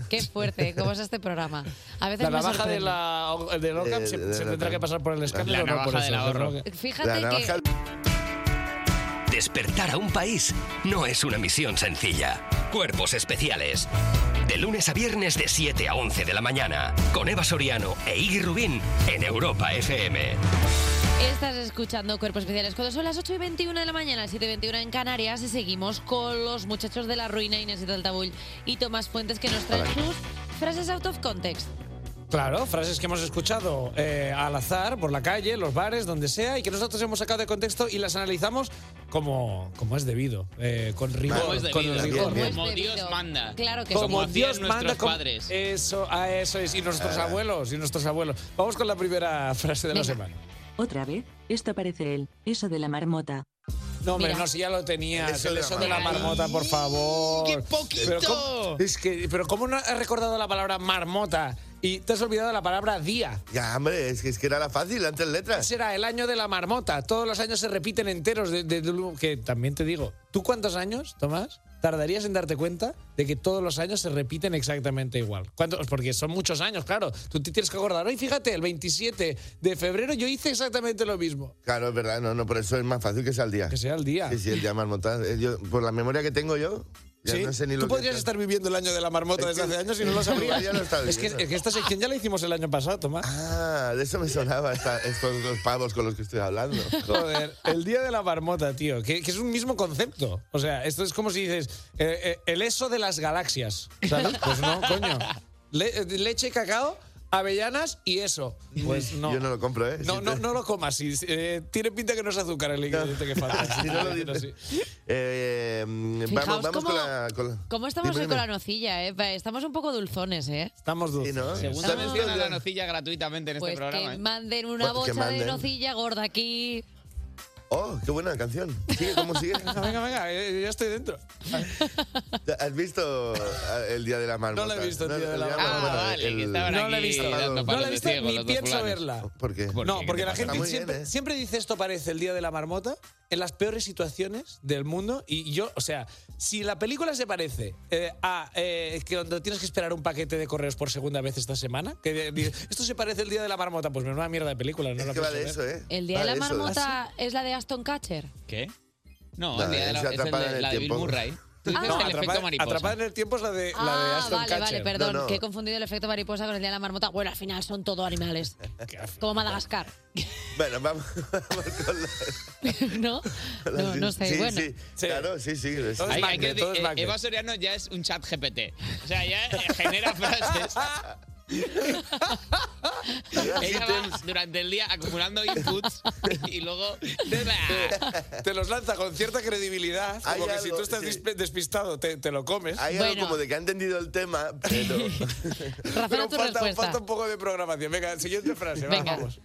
Qué fuerte, cómo es este programa. A veces La me navaja de sorprende. la, del Ockham se, se tendrá que pasar por el escándalo. La no navaja por del eso, ahorro. ¿no? Fíjate La que... navaja- Despertar a un país no es una misión sencilla. Cuerpos especiales. De lunes a viernes de 7 a 11 de la mañana. Con Eva Soriano e Iggy Rubín en Europa FM. Estás escuchando Cuerpos Especiales cuando son las 8 y 21 de la mañana, las 7 y 21 en Canarias y seguimos con los muchachos de la ruina Inés del Tabull y Tomás Fuentes que nos traen sus frases out of context. Claro, frases que hemos escuchado eh, al azar, por la calle, los bares, donde sea, y que nosotros hemos sacado de contexto y las analizamos como, como es debido, eh, con rigor. Como es con debido, rigor. como es Como debido. Dios manda. Claro que Como sí. Dios Como hacían manda. nuestros como- padres. Eso, a eso es. Y nuestros Ah. abuelos, y nuestros abuelos. Vamos con la primera frase de la semana. Otra vez, esto parece él, eso de la marmota. No, hombre, Mira. no, si ya lo tenías. El El eso eso, de la de la marmota. marmota, por favor. ¡Qué poquito! Pero ¿cómo, es que, pero ¿cómo no has recordado la palabra marmota y te has olvidado la palabra día? Ya, hombre, es que, es que era la fácil, antes letras. Ese era el año de la marmota. Todos los años se repiten enteros. De, de- de- que también te digo, ¿tú cuántos años, Tomás, tardarías en darte cuenta de que todos los años se repiten exactamente igual? ¿Cuántos? Porque son muchos años, claro. Tú te tienes que acordar. Hoy, fíjate, el 27 de febrero yo hice exactamente lo mismo. Claro, es verdad, no, no, por eso es más fácil que sea el día. Que sea el día. Sí, sí, el día marmota. Eh, Yo, por la memoria que tengo yo, ya ¿Sí? no sé ni Tú lo que... podrías estar viviendo el año de la marmota Es desde que- hace años y no lo sabrías. Ya lo estás es, que, viviendo. es que esta sección ya la hicimos el año pasado, Tomás. Ah, de eso me sonaba esta- estos dos pavos con los que estoy hablando. Joder, el día de la marmota, tío, que, que es un mismo concepto. O sea, esto es como si dices, eh, eh, el eso de las galaxias, ¿sabes? Pues no, coño. Le- eh, leche, cacao, avellanas y eso. Pues no. Yo no lo compro, ¿eh? No, Si no, te- no lo comas, si- si- eh, tiene pinta que no es azúcar el ingrediente que falta. Si no lo dices. Eh, mm, vamos Fijaos vamos con, cómo- la, con la- ¿Cómo estamos Dime, hoy con dime. la nocilla, eh? Pa- Estamos un poco dulzones, eh. Estamos dulces. Segunda ¿Sabes mención a la dónde- nocilla gratuitamente en Pues este programa. que ¿eh? manden una Pues que bocha de manden. nocilla gorda aquí. Oh, qué buena canción. Sigue, ¿cómo sigue? Venga, venga, venga, eh, ya estoy dentro. ¿Has visto eh, el día de la marmota? No la he visto el día de la marmota. marmota. Ah, vale, que estaban No la he visto. dando No la palos he de visto ciego ni los dos pienso fulanos. verla. ¿Por qué? No, porque la pasa? Está gente muy siempre, bien, ¿eh? siempre dice esto parece el día de la marmota en las peores situaciones del mundo y yo, o sea, si la película se parece eh, a eh, que cuando tienes que esperar un paquete de correos por segunda vez esta semana, que de- dices, esto se parece el día de la marmota, pues me una mierda de película, no la que va pienso de ver. eso, El día Va de la eso, ¿eh? marmota es la de Aston Catcher. ¿Qué? No, Nah, el día de la, esa es el de- eh, atrapada en el la de Bill tiempo. Murray. Tú dices No, el efecto Ah, atrapada, mariposa. Atrapada en el tiempo es la de, la de Ah, Aston vale, vale, Catcher. perdón, que he confundido el efecto mariposa con el día de la marmota. Bueno, al final son todo animales. Como Madagascar. Bueno, vamos, vamos con la... ¿No? con la- No, no sé, sí, bueno. Sí, Claro, sí, sí. es- Hay- hay que decir, eh, Eva Soriano ya es un chat GPT. O sea, ya eh, genera frases. Ah, Ella va durante el día acumulando inputs y luego. Te los lanza con cierta credibilidad, como Hay que si algo, tú estás sí. dispe- despistado, te, te lo comes. Hay algo como de que ha entendido el tema, pero... Pero tu falta, respuesta. falta un poco de programación. Venga, siguiente frase, va, vamos.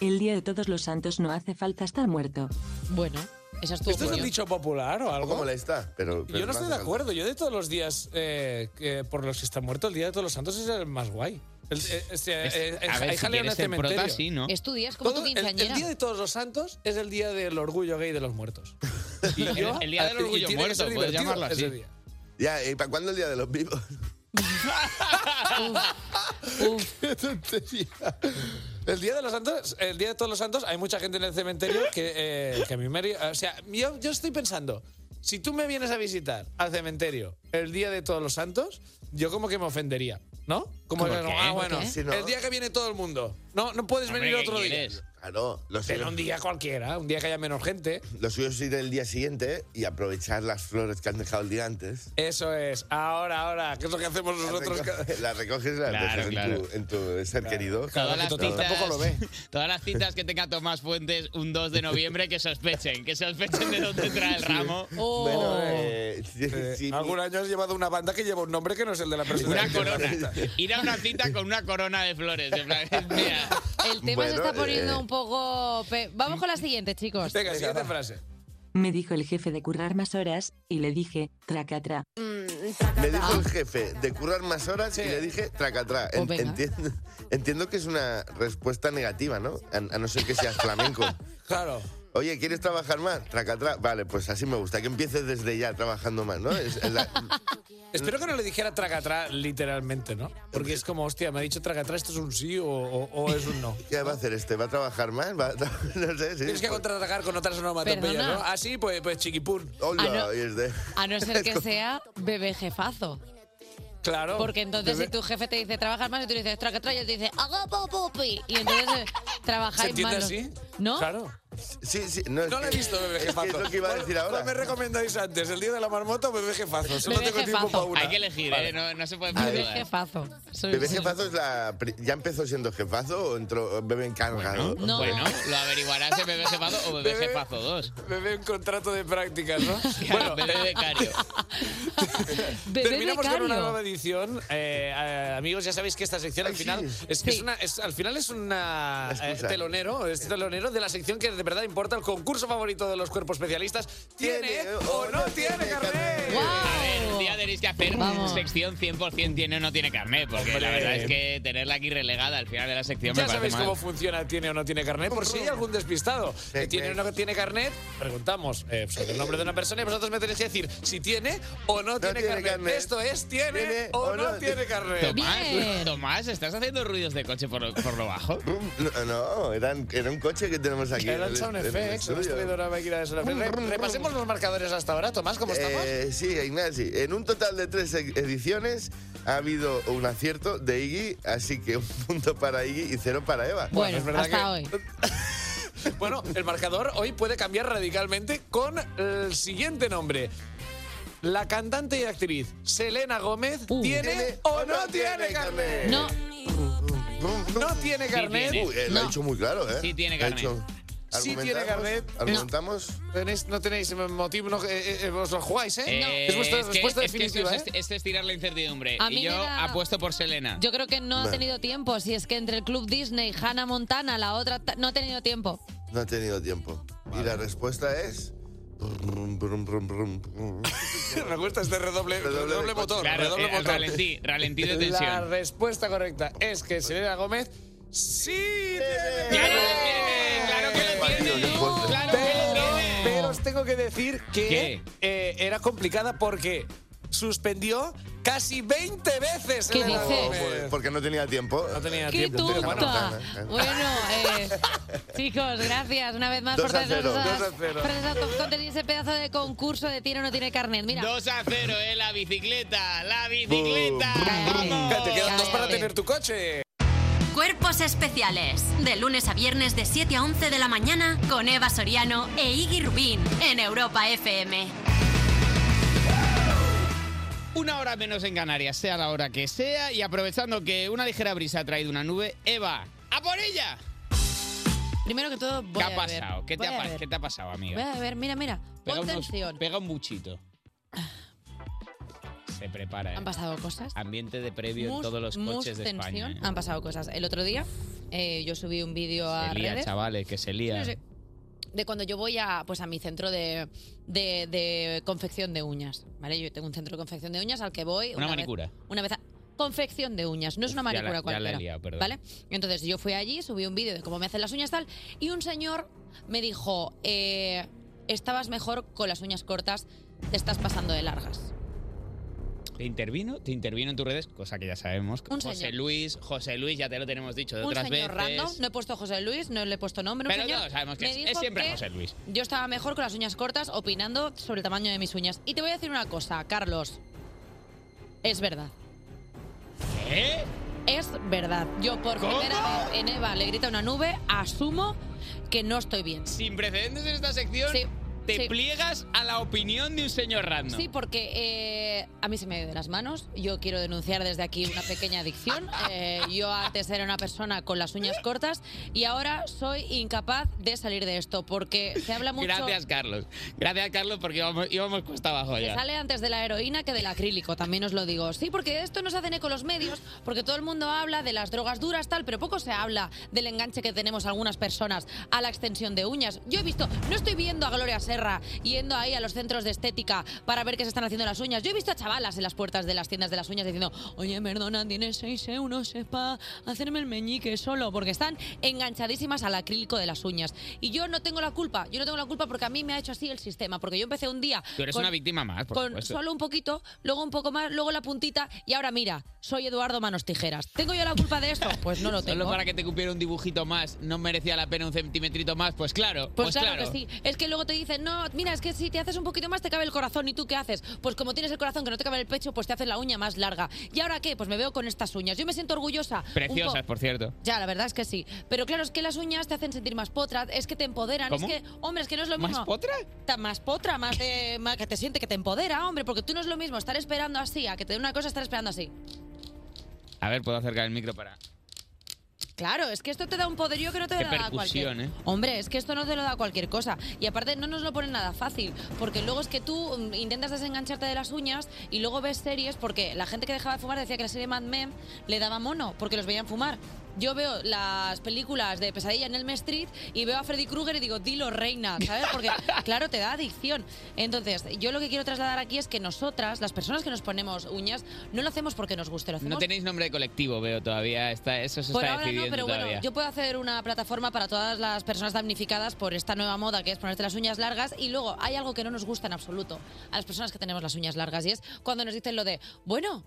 El día de todos los santos no hace falta estar muerto. Bueno, esa es tu ¿Esto es un opinión. dicho popular o algo? ¿Cómo la está? Pero, pero Yo no estoy de hace falta. acuerdo. Yo de todos los días eh, que- por los que está muerto, el día de todos los santos es el más guay. El, eh, o sea, Es- eh, a eh, hay ver, si jaleo en el quieres ser prota, cementerio. sí, ¿no? Es tu día, es como tu Todo- el, el quinceañera. día de todos los santos es el día del orgullo gay de los muertos. El- el día del y tiene orgullo que muerto, ser puedes divertido llamarlo ese así. día. Ya, ¿y para cuándo el día de los vivos? Qué tontería. El día de los santos, el día de todos los santos, hay mucha gente en el cementerio que, eh, que a mí me haría- O sea, yo, yo estoy pensando, si tú me vienes a visitar al cementerio el día de todos los santos, yo como que me ofendería, ¿no? Como ¿Por que, qué? ah, ¿Por bueno, qué? Si no- el día que viene todo el mundo. No, no puedes Hombre, venir ¿qué otro día. quieres? Claro, lo suyo, Pero un día cualquiera, un día que haya menos gente. lo suyo es ir el día siguiente y aprovechar las flores que han dejado el día antes. Eso es. Ahora, ahora, ¿qué es lo que hacemos nosotros? cada- Las recoges y las Claro, dejas en claro. tu- en, tu, ser querido. Todas las, citas, ves. todas las citas que tenga Tomás Fuentes un 2 de noviembre que sospechen, que sospechen de dónde trae el ramo. Oh. Bueno, eh, sí, Eh, sí, algún año has llevado una banda que lleva un nombre que no es el de la persona. Una que te corona. mata. Ir a una cita con una corona de flores. en plan, mira, El tema se Bueno, está poniendo eh. un poco... pe- Vamos con la siguiente, chicos. Venga, siguiente frase. Me dijo el jefe de currar más horas y le dije, tracatra. Me dijo el jefe de currar más horas y le dije tracatrá. En- entiendo, entiendo que es una respuesta negativa, ¿no? A, a no ser que seas flamenco. Claro. Oye, ¿quieres trabajar más? Tracatrá. Vale, pues así me gusta. Que empieces desde ya trabajando más, ¿no? Es- es la- Espero que no le dijera tragatrá literalmente, ¿no? Porque es como, hostia, me ha dicho tragatrá, esto es un sí o, o- o es un no. ¿Qué va a hacer este? ¿Va a trabajar más? ¿Va a tra- no sé, sí. Tienes que contraatacar con otras onomatopeyas, Perdona. ¿no? Así, pues, pues chiquipún. Hola, Ah, no. y es de- A no ser que sea bebé jefazo. Claro. Porque entonces Bebé. si tu jefe te dice trabajas más y tú le dices traca traca y él te dice haga popopi. Y entonces eh, ¿Se trabajáis entiende más. los- así? ¿No? Claro. Sí, sí, no, es No lo he que- visto, bebé es que jefazo. Es lo que iba a ¿Cuál- decir ahora. ¿Cuál me recomendáis antes? ¿El día de la marmota o bebé jefazo? Solo tengo tiempo para una. Hay que elegir, Vale. ¿eh? No, no se puede A ver. perder. Jefazo. Soy- ¿Bebé jefazo es la. pri- ¿Ya empezó siendo jefazo o entró bebé encargado? No. Bueno, lo averiguarás en Bebé Jefazo o Bebé Jefazo 2. Bebé un contrato de prácticas, ¿no? eh, Bueno, Bebé Becario. Bebé Terminamos con una becario. nueva edición. Eh, eh, amigos, ya sabéis que esta sección al final es, es una, es- al final es una eh, excusa. telonero, es telonero de la sección que de verdad importa el concurso favorito de los cuerpos especialistas. ¿Tiene o no tiene carnet? A ver, un día tenéis que hacer sección 100% tiene o no tiene carnet, porque la Hombre. verdad es que tenerla aquí relegada al final de la sección Ya me parece sabéis mal. cómo funciona tiene o no tiene carnet, por si hay algún despistado que tiene o no tiene carnet, preguntamos eh, sobre el nombre de una persona y vosotros me tenéis que decir si tiene o no, tiene, tiene carnet. carnet. Esto es tiene, Tiene o no, tiene carnet. Tomás, Tomás, estás haciendo ruidos de coche por, lo- por lo bajo. No, no, eran- era un coche que tenemos aquí. en Era el el- Sound en el Effects, hemos estudio. tenido una máquina de Sound Effects. Re- Repasemos los marcadores hasta ahora, Tomás, ¿cómo estamos? Eh, sí, Ignasi. En un total de tres e- ediciones ha habido un acierto de Iggy, así que un punto para Iggy y cero para Eva. Bueno, es verdad que- Bueno, el marcador hoy puede cambiar radicalmente con el siguiente nombre. La cantante y actriz Selena Gómez Uh. tiene, o no tiene carnet. No. No tiene Sí carnet. tiene. Uy, eh, lo ha dicho muy claro, ¿eh? Sí tiene Lo ha carnet. dicho- Sí tiene ¿Argumentamos? carnet. ¿Argumentamos? Tenéis- no tenéis motivo, no, eh, eh, os lo jugáis, ¿eh? Eh, Es vuestra es que- respuesta es que esto definitiva, es, ¿eh? esto es tirar la incertidumbre. A Y mí yo me da- apuesto por Selena. Yo creo que no ha Vale. tenido tiempo. Si es que entre el Club Disney, Hannah Montana, la otra, ta- no ha tenido tiempo. No ha tenido tiempo. Y la respuesta es. Me gusta este redoble, redoble, motor. Claro, redoble eh, al motor. ralentí, ralentí de tensión. La respuesta correcta es que Selena Gómez sí tiene. ¡Claro que lo tiene! ¡Claro que lo tiene! Pero os tengo que decir que ¿Qué? eh, era complicada porque suspendió casi 20 veces ¿Qué Selena dices? Gómez. pues, Porque no tenía tiempo. No tenía Qué tiempo. pero bueno. tonta. Bueno, eh, chicos, gracias una vez más Dos por a traernos cero, esas- dos a cero. por esas to- con tener ese pedazo de concurso de tiene o no tiene carnet. Mira. 2 a 0, ¿eh? La bicicleta, la bicicleta. Te quedan dos para tener tu coche. Cuerpos especiales. De lunes a viernes de 7 a 11 de la mañana con Eva Soriano e Iggy Rubín en Europa FM. Una hora menos en Canarias, sea la hora que sea, y aprovechando que una ligera brisa ha traído una nube, Eva, ¡a por ella! Primero que todo, voy ¿Qué a ha beber. pasado? ¿Qué te, Voy ha, a pa- beber. qué te ha pasado, Voy amiga? a ver, mira, mira. Pega, Pon unos- tensión. pega un buchito. Se prepara. ¿eh? Ah. Han pasado cosas. Ambiente de previo en Mus- todos los mus coches de España. tensión. ¿eh? Han pasado cosas. El otro día eh, yo subí un vídeo a Se lía, redes. chavales, que se lía. No sé, de cuando yo voy a, pues a mi centro de, de- de confección de uñas, ¿vale? Yo tengo un centro de confección de uñas al que voy... Una vez- manicura. una vez... a- confección de uñas, no es una ya la- manicura ya la cualquiera. he liado, perdón. ¿Vale? Entonces yo fui allí, subí un vídeo de cómo me hacen las uñas tal, y un señor me dijo, eh, estabas mejor con las uñas cortas, te estás pasando de largas. Te intervino, te intervino en tus redes, cosa que ya sabemos. Un José señor. Luis, José Luis, ya te lo tenemos dicho de un otras señor veces. random, no he puesto José Luis, no le he puesto nombre. un pero señor todos sabemos que me es, es dijo siempre que José Luis. Yo estaba mejor con las uñas cortas opinando sobre el tamaño de mis uñas. Y te voy a decir una cosa, Carlos. Es verdad. ¿Eh? Es verdad. Yo por ¿Cómo? primera vez en Eva le grita una nube, asumo que no estoy bien. Sin precedentes en esta sección, Sí, te sí. pliegas a la opinión de un señor random. Sí, porque eh, a mí se me ha ido de las manos. Yo quiero denunciar desde aquí una pequeña adicción. Eh, yo antes era una persona con las uñas cortas y ahora soy incapaz de salir de esto porque se habla mucho... Gracias, Carlos. Gracias, Carlos, porque íbamos, íbamos cuesta abajo Que ya. sale antes de la heroína que del acrílico, también os lo digo. Sí, porque de esto nos hacen eco los medios, porque todo el mundo habla de las drogas duras, tal, pero poco se habla del enganche que tenemos algunas personas a la extensión de uñas. Yo he visto, no estoy viendo a Gloria Serra yendo ahí a los centros de estética para ver qué se están haciendo las uñas. Yo he visto a chavalas en las puertas de las tiendas de las uñas diciendo, oye, perdona, tienes 6 euros para hacerme el meñique solo, porque están enganchadísimas al acrílico de las uñas. Y yo no tengo la culpa, yo no tengo la culpa porque a mí me ha hecho así el sistema, porque yo empecé un día... Tú eres con- una víctima más, Ah, por con supuesto. solo un poquito, luego un poco más, luego la puntita y ahora mira, soy Eduardo Manos Tijeras. ¿Tengo yo la culpa de esto? Pues no lo tengo. Solo para que te cupiera un dibujito más, no merecía la pena un centimetrito más, pues claro. Pues claro, que sí. Es que luego te dicen, no, mira, es que si te haces un poquito más te cabe el corazón. ¿Y tú qué haces? Pues como tienes el corazón que no te cabe en el pecho, pues te haces la uña más larga. ¿Y ahora qué? Pues me veo con estas uñas. Yo me siento orgullosa. un Preciosas, po- por cierto. Ya, la verdad es que sí. Pero claro, es que las uñas te hacen sentir más potra, es que te empoderan. ¿Cómo? Es que, hombre, es que no es lo ¿Más mismo. potra? Ta- más potra, más, de, más que te siente que te empodera, hombre, porque tú no es lo mismo estar esperando así, a que te dé una cosa, estar esperando así. A ver, puedo acercar el micro para. Claro, es que esto te da un poderío que no te Qué lo da cualquier. percusión, ¿eh? Hombre, es que esto no te lo da cualquier cosa. Y aparte no nos lo ponen nada fácil, porque luego es que tú mm, intentas desengancharte de las uñas y luego ves series, porque la gente que dejaba de fumar decía que la serie Mad Men le daba mono, porque los veían fumar. Yo veo las películas de Pesadilla en Elm Street y veo a Freddy Krueger y digo, dilo reina, ¿sabes? Porque, claro, te da adicción. Entonces, yo lo que quiero trasladar aquí es que nosotras, las personas que nos ponemos uñas, no lo hacemos porque nos guste, lo hacemos No tenéis nombre de colectivo, veo todavía. Está, eso se por está ahora no, decidiendo pero todavía. bueno, yo puedo hacer una plataforma para todas las personas damnificadas por esta nueva moda que es ponerte las uñas largas y luego hay algo que no nos gusta en absoluto a las personas que tenemos las uñas largas y es cuando nos dicen lo de, bueno,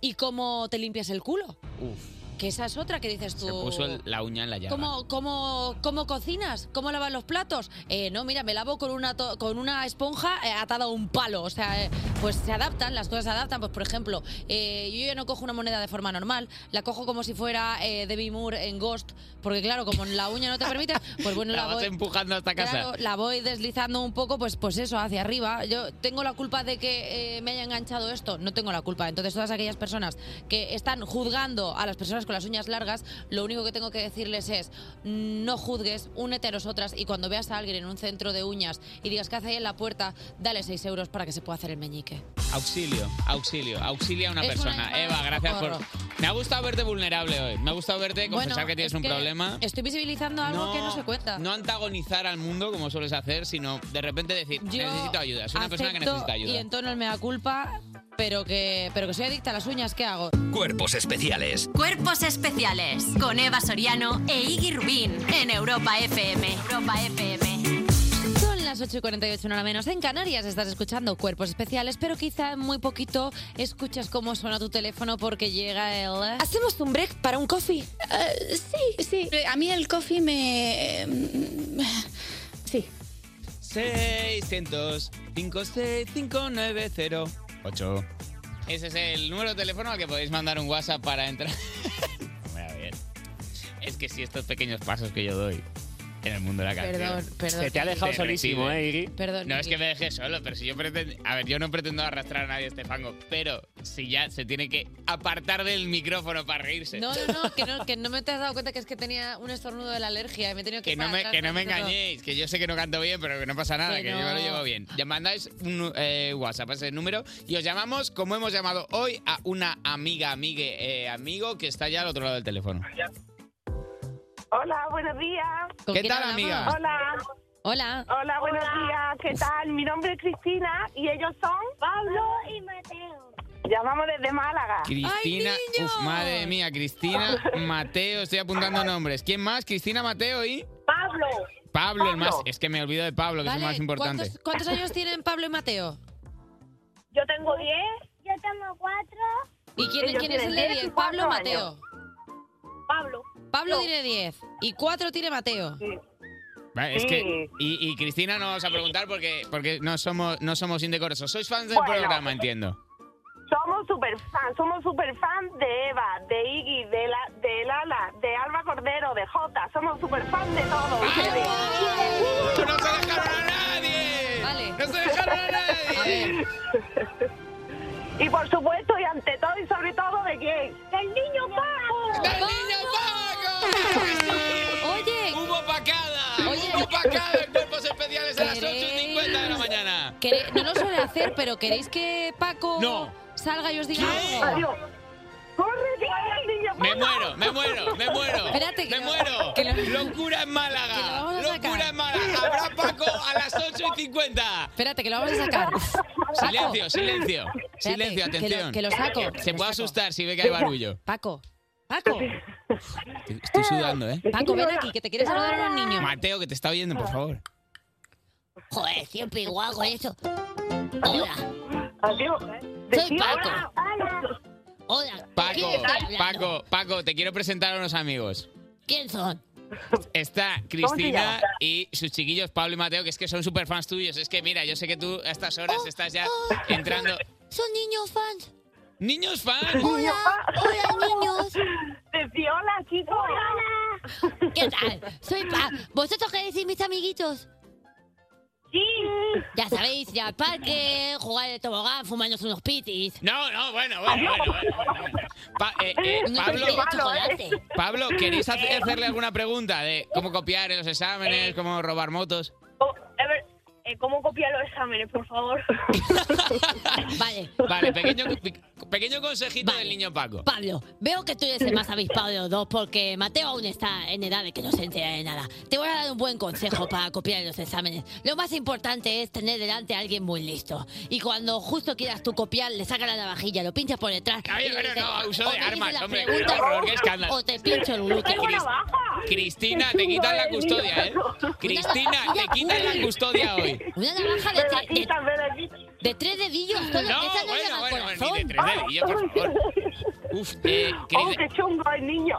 ¿y cómo te limpias el culo? Uf, Que esa es otra que dices tú. se puso el- la uña en la llaga. ¿Cómo, cómo, cómo cocinas? ¿Cómo lavas los platos? Eh, no, mira, me lavo con una, to- con una esponja eh, atada a un palo. O sea, eh, pues se adaptan, las cosas se adaptan. Pues, por ejemplo, eh, yo ya no cojo una moneda de forma normal, la cojo como si fuera eh, Debbie Moore en Ghost, porque claro, como la uña no te permite, pues bueno, la la, vas voy... empujando hasta casa. Claro, la voy deslizando un poco, pues, pues eso, hacia arriba. Yo tengo la culpa de que eh, me haya enganchado esto, no tengo la culpa. Entonces, todas aquellas personas que están juzgando a las personas con las uñas largas, lo único que tengo que decirles es, no juzgues, únete a nosotras y cuando veas a alguien en un centro de uñas y digas que hace ahí en la puerta, dale 6 euros para que se pueda hacer el meñique. Auxilio, auxilio, auxilia a una Es una persona. llamada Eva, de gracias por. socorro. Me ha gustado verte vulnerable hoy. Me ha gustado verte confesar que tienes es un problema. Estoy visibilizando algo No, que no se cuenta. No antagonizar al mundo como sueles hacer, sino de repente decir, Yo necesito ayuda. Soy una persona que acepto necesita Y ayuda. en tono el mea culpa, pero que, pero que soy adicta a las uñas, ¿qué hago? Cuerpos especiales Cuerpos especiales con Eva Soriano e Iggy Rubín en Europa FM. Europa FM. Son las 8 y 48, una hora menos. En Canarias estás escuchando cuerpos especiales, pero quizá en muy poquito escuchas cómo suena tu teléfono porque llega el. Eh, ¿Hacemos un break para un coffee? sí, sí. A mí el coffee me... eh, Sí. 600 56590 8. Ese es el número de teléfono al que podéis mandar un WhatsApp para entrar. Mira, bien. Es que si estos pequeños pasos que yo doy en el mundo de la canción. Perdón, perdón. Se te ha dejado solísimo, reciben. ¿eh, Iggy? Perdón, No es que me deje solo, pero si yo pretendo. A ver, yo no pretendo arrastrar a nadie a este fango, pero si ya se tiene que apartar del micrófono para reírse. No, no, no, que no, que no me te has dado cuenta que es que tenía un estornudo de la alergia y me he tenido Que que. ir no, para me, atrás que no me diciendo- engañéis, que yo sé que no canto bien, pero que no pasa nada, Que que, yo me no. lo llevo bien. Ya mandáis un nu- eh, WhatsApp a ese número y os llamamos, como hemos llamado hoy, a una amiga, amigue, eh, amigo que está ya al otro lado del teléfono. Hola, buenos días. ¿Con ¿Qué quién tal, hablamos? amiga? Hola. Hola. Hola, buenos días. ¿Qué tal? Mi nombre es Cristina y ellos son Pablo y Mateo. Llamamos desde Málaga. Cristina, uf, madre mía, Cristina, Mateo, estoy apuntando nombres. ¿Quién más? Cristina, Mateo y Pablo. Pablo, el más. Es que me olvido de Pablo, que es Vale, el más importante. ¿cuántos, cuántos años tienen Pablo y Mateo? Yo tengo 10. Yo tengo cuatro. ¿Y quién, Ellos quién es el tienen de 10 y 10? ¿Pablo o cuatro Mateo? años. Pablo. Pablo tiene 10 y 4 tiene Mateo. Vale, es que, Sí. y, y Cristina no vamos a preguntar porque, porque no somos, no somos indecorosos. Sois fans del Bueno. programa, entiendo. Somos super fans, somos super fans de Eva, de Iggy, de, la, de Lala, de Alba Cordero, de Jota. Somos super fans de todos. ustedes. Uh, ¡No se dejaron a nadie! Vale. ¡No se dejaron a nadie! Y por supuesto, y ante todo y sobre todo, ¿de quién? ¡Del niño Paco! ¡Del niño Paco! ¡Oye! ¡Hubo pacada! ¡Hubo pacada en cuerpos especiales a las 8 y 50 de la mañana! Quere- No lo suele hacer, pero ¿queréis que Paco No. salga y os diga algo? ¡Corre, que hay el niño ¡Me muero, me muero, me muero! Espérate, que ¡Me lo- muero! que lo- ¡Locura en que lo Málaga! vamos a sacar. ¡Locura en Málaga! ¡Habrá Paco a las 8 y 50! Espérate, que lo vamos a sacar. Paco. Silencio, silencio. Silencio, que lo- atención. que lo saco, que Se lo puede saco. asustar si ve que hay barullo. Paco, Paco, Estoy sudando, ¿eh? Paco, ven aquí, que te quieres saludar a un niño. Mateo, que te está oyendo, por favor. Joder, siempre igual con eso. Hola. Adiós. Soy Paco. Hola. ¿de Paco, quién estoy hablando? Paco, Paco, te quiero presentar a unos amigos. ¿Quién son? Está se Cristina llama? y sus chiquillos Pablo y Mateo, que es que son súper fans tuyos. Es que mira, yo sé que tú a estas horas estás ya entrando. Son niños fans. ¡Niños fans! Hola, hola niños. Decía hola, chicos. Hola. ¿Qué tal? Soy Pa. ¿Vosotros qué decís, mis amiguitos? Sí. Ya sabéis, ir al parque, jugar de tobogán, fumarnos unos pitis. No, no, Oh, bueno, bueno, bueno. Pa- eh, eh, No Pablo, soy chocolate. Pablo, ¿queréis hacer- hacerle alguna pregunta de cómo copiar en los exámenes, cómo robar motos? A ver, eh, ¿cómo copiar los exámenes, por favor? Vale. Vale, pequeño, pequeño consejito del niño Paco. Pablo, veo que tú eres el más avispado de los dos porque Mateo aún está en edad de que no se entera de nada. Te voy a dar un buen consejo para copiar en los exámenes. Lo más importante es tener delante a alguien muy listo. Y cuando justo quieras tú copiar, le sacas la navajilla, lo pinchas por detrás. Oye, y le pero dices, no, uso o me de dices armas, las hombre, preguntas qué horror, qué escándalo. O te pincho el glúteo. Tengo navaja. Cristina, te quitan la custodia, ¿eh? Cristina, te quitan la custodia hoy. Una navaja de, tre- de- de tres dedillos. solo No, que esa no bueno, llega al bueno, corazón. Ni de tres dedillos, por favor. Uf, eh, Ah. Oh, Cris- qué chungo el niño.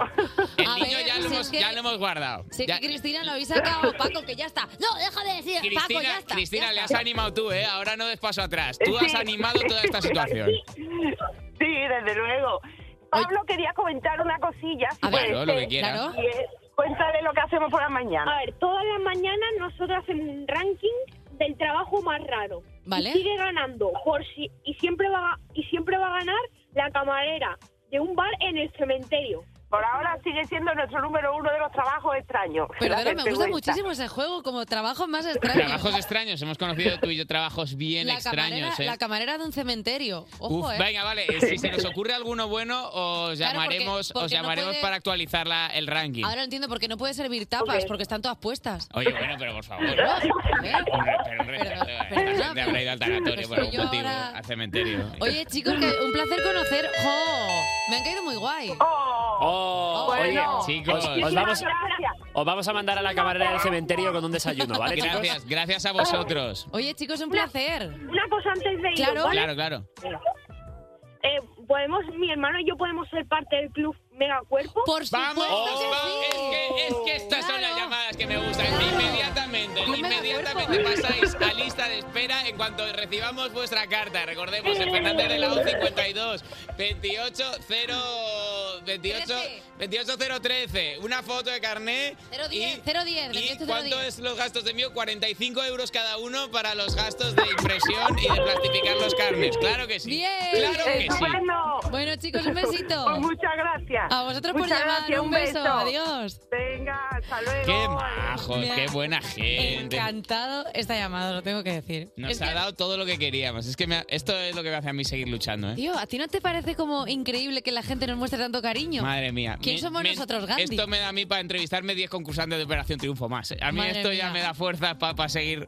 el A niño ver, ya lo, si hemos, es que- ya lo hemos guardado. Si es Ya- que Cristina lo habéis sacado, Paco, que ya está. No, deja de decir, Cristina, Paco, ya está. Cristina, ya le has está. animado tú, ¿eh? Ahora no des paso atrás. Tú Sí. has animado toda esta situación. Sí, desde luego. Pablo quería comentar una cosilla. si A ver. puede Claro, lo que ser. quiera. Claro. Y es- Cuéntale lo que hacemos por la mañana. A ver, todas las mañanas nosotros hacemos un ranking del trabajo más raro. Vale. Y sigue ganando por si y siempre va a- y siempre va a ganar la camarera de un bar en el cementerio. Por ahora sigue siendo nuestro número uno de los trabajos extraños. La Perdona, me gusta vergüenza. muchísimo ese juego como trabajo más extraño. Trabajos extraños, hemos conocido tú y yo trabajos bien La extraños, camarera, ¿eh? la camarera de un cementerio. Ojo, Uf, eh. venga, vale, eh, si se nos ocurre alguno bueno, os Claro, porque- llamaremos, os porque no llamaremos puede- para actualizar la- el ranking. Ahora entiendo por qué no puede servir tapas, porque están todas puestas. Oye, bueno, pero por favor. Te habrá ido al tanatorio por Pero algún yo motivo, ahora- al cementerio. Oye, chicos, que un placer conocer. ¡Jo! Me han caído muy guay. Oh, Bueno. oye, chicos, os, Muchísimas vamos, os vamos a mandar a la camarera del cementerio con un desayuno, ¿vale? chicos? Gracias, gracias a vosotros. Oye, chicos, un placer. Una cosa antes de ir. Claro. ¿vale? Claro, claro. Eh, podemos, mi hermano y yo podemos ser parte del club Mega Cuerpo. Por Vamos, es, que, es que estas son las llamadas que me gustan. Inmediatamente, Yo me la inmediatamente cuelgo. pasáis a lista de espera en cuanto recibamos vuestra carta. Recordemos, en Fernández de la O 52 280 28 28013. Una foto de carné. 010, 010, ¿Y 28, cuánto 010. es los gastos de envío? 45 euros cada uno para los gastos de impresión y de plastificar los carnes. Claro que sí. Bien. Claro que sí. Estupendo. Bueno, chicos, un besito. Pues muchas gracias. A vosotros por Muchas llamar. gracias, un beso. Adiós. Venga, hasta luego. Qué majos, Me ha qué buena gente. Encantado esta llamada, lo tengo que decir. Nos Es ha que- dado todo lo que queríamos. Es que me ha- esto es lo que me hace a mí seguir luchando, ¿eh? Tío, ¿a ti no te parece como increíble que la gente nos muestre tanto cariño? Madre mía. ¿Quién Me- somos me- nosotros, Gandhi? Esto me da a mí para entrevistarme 10 concursantes de Operación Triunfo más. ¿eh? A mí Madre esto ya mía. me da fuerza para seguir.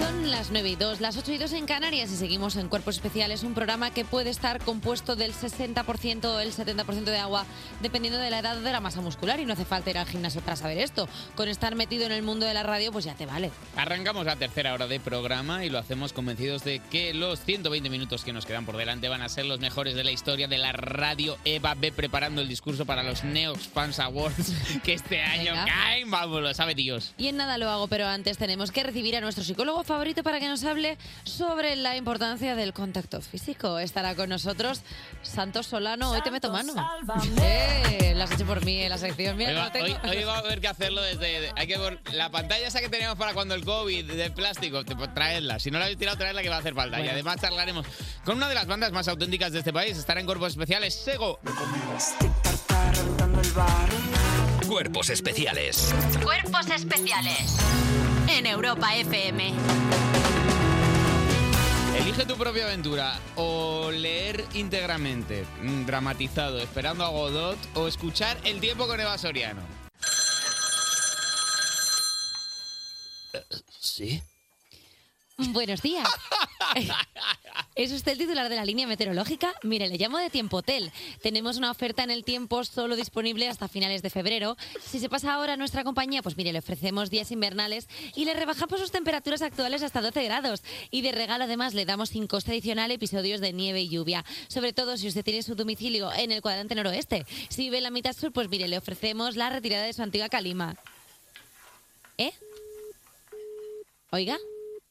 Son las 9 y 2, las 8 y 2 en Canarias y seguimos en Cuerpos Especiales, un programa que puede estar compuesto del 60% o el 70% de agua, dependiendo de la edad o de la masa muscular. Y no hace falta ir al gimnasio para saber esto. Con estar metido en el mundo de la radio, pues ya te vale. Arrancamos la tercera hora de programa y lo hacemos convencidos de que los 120 minutos que nos quedan por delante van a ser los mejores de la historia de la radio. Eva B preparando el discurso para los Neox Fans Awards que este año caen. Vamos, lo sabe Dios. Y en nada lo hago, pero antes tenemos que recibir a nuestro psicólogo favorito para que nos hable sobre la importancia del contacto físico. Estará con nosotros Santos Solano. Hoy te meto mano. Eh, las hecho por mí en la sección. Mira, Hoy va, no tengo- hoy- hoy va a haber que hacerlo desde. Hay que vol- la pantalla esa que teníamos para cuando el COVID de plástico, te- pues, traedla. Si no la habéis tirado, traedla que va a hacer falta. Y Bueno. además charlaremos con una de las bandas más auténticas de este país. Estará en cuerpos especiales Sego. Cuerpos especiales. Cuerpos especiales. En Europa FM. Elige tu propia aventura o leer íntegramente, mm, dramatizado, esperando a Godot, o escuchar El tiempo con Eva Soriano. ¿Sí? Buenos días. Es usted el titular de la línea meteorológica. Mire, le llamo de Tiempo Hotel. Tenemos una oferta en el tiempo solo disponible hasta finales de febrero. Si se pasa ahora a nuestra compañía, pues mire, le ofrecemos días invernales y le rebajamos sus temperaturas actuales hasta 12 grados. Y de regalo, además, le damos sin coste adicional episodios de nieve y lluvia. Sobre todo si usted tiene su domicilio en el cuadrante noroeste. Si vive en la mitad sur, pues mire, le ofrecemos la retirada de su antigua calima. ¿Eh? Oiga,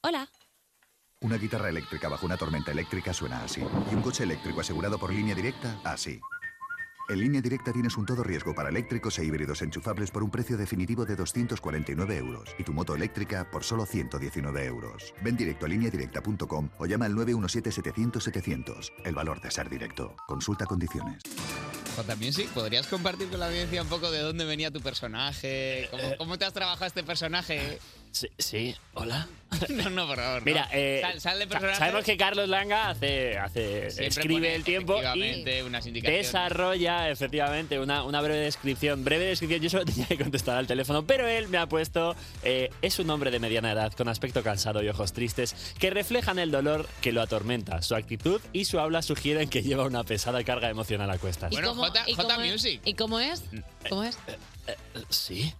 hola. Una guitarra eléctrica bajo una tormenta eléctrica suena así. Y un coche eléctrico asegurado por línea directa, así. En línea directa tienes un todo riesgo para eléctricos e híbridos enchufables por un precio definitivo de 249 euros y tu moto eléctrica por solo 119 euros. Ven directo a lineadirecta.com o llama al 917-700-700. El valor de ser directo. Consulta condiciones. J Music, Pues ¿podrías compartir con la audiencia un poco de dónde venía tu personaje? ¿Cómo, cómo te has trabajado este personaje? Eh, Sí, sí, hola. No, no, por favor. no. Mira, eh, Sal- sal de sa- personaje. sabemos que Carlos Langa hace, hace Siempre escribe pone, el tiempo y efectivamente, unas indicaciones. desarrolla efectivamente una, una breve descripción. Breve descripción, yo solo tenía que contestar al teléfono, pero él me ha puesto, eh, es un hombre de mediana edad, con aspecto cansado y ojos tristes, que reflejan el dolor que lo atormenta. Su actitud y su habla sugieren que lleva una pesada carga emocional a cuestas. J, Music. ¿Y cómo es? ¿Cómo es? sí.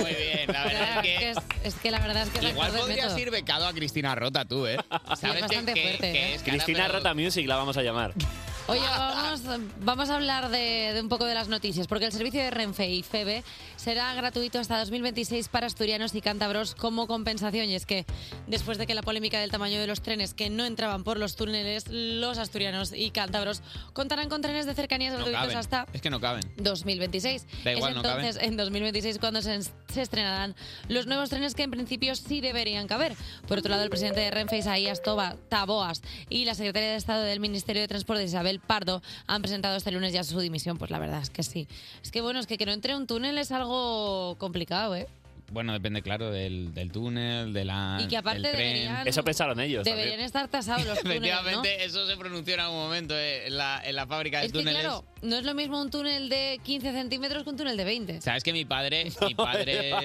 Muy bien, la verdad es que... Es, es que la verdad es que es Igual actor de podrías método. ir becado a Cristina Rota tú, ¿eh? es bastante fuerte, ¿eh? cara, Cristina pero- Rota Music la vamos a llamar. Oye, vamos, vamos a hablar de, de un poco de las noticias, porque el servicio de Renfe y FEBE será gratuito hasta 2026 para asturianos y cántabros como compensación. Y es que después de que la polémica del tamaño de los trenes que no entraban por los túneles, los asturianos y cántabros contarán con trenes de cercanías No gratuitos caben. hasta Es que no caben. 2026. Da igual, es no caben. entonces en 2026 cuando se, en- se estrenarán los nuevos trenes que en principio sí deberían caber. Por otro lado, el presidente de Renfe, Isaías Toba, Taboas, y la secretaria de Estado del Ministerio de Transporte, Isabel Pardo, han presentado este lunes ya su dimisión. Pues la verdad es que sí. Es que bueno, es que que no entre un túnel es algo complicado, ¿eh? Bueno, depende, claro, del, del túnel, de la, Y que aparte del tren. deberían- Eso pensaron ellos Deberían estar tasados los túneles, ¿no? Efectivamente, eso se pronunció en algún momento eh, en, la, en la fábrica de Es que túneles. claro, no es lo mismo un túnel de 15 centímetros que un túnel de 20. Sabes que mi padre, mi padre, Eva,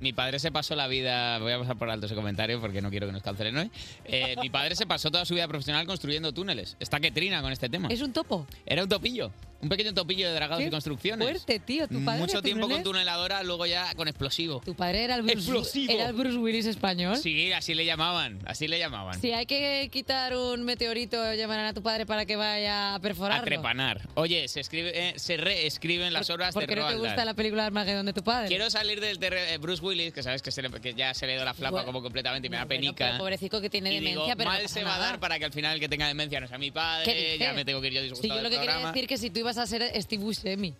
mi padre se pasó la vida. Voy a pasar por alto ese comentario porque no quiero que nos cancelen hoy. Eh, mi padre se pasó toda su vida profesional construyendo túneles. Está que trina con este tema. Es un topo. Era un topillo, un pequeño topillo de dragados Qué y construcciones. fuerte, tío, tu padre Mucho de tiempo con túneles. tuneladora, luego ya con explosivo. Tu padre era el Bruce, Explosivo. Era el Bruce Willis español. Sí, así le llamaban, así le llamaban. Si hay que quitar un meteorito, llamarán a tu padre para que vaya a A perforarlo. trepanar. Oye, se escribe, eh, se reescriben las obras de Porque no te Roald Dahl. gusta la película Armagedón de tu padre. Quiero salir del terreno. eh, Bruce Willis, que sabes que, se le- que ya se le dio la flapa Bueno, como completamente y me da penica. Pero pobrecito que tiene y demencia, digo, pero no mal pasa se va a nada. dar para que al final el que tenga demencia no sea mi ¿Qué padre, dices? ya me tengo que ir yo disgustado Sí, yo lo del que quería programa. decir que si tú ibas a ser Steve Buscemi.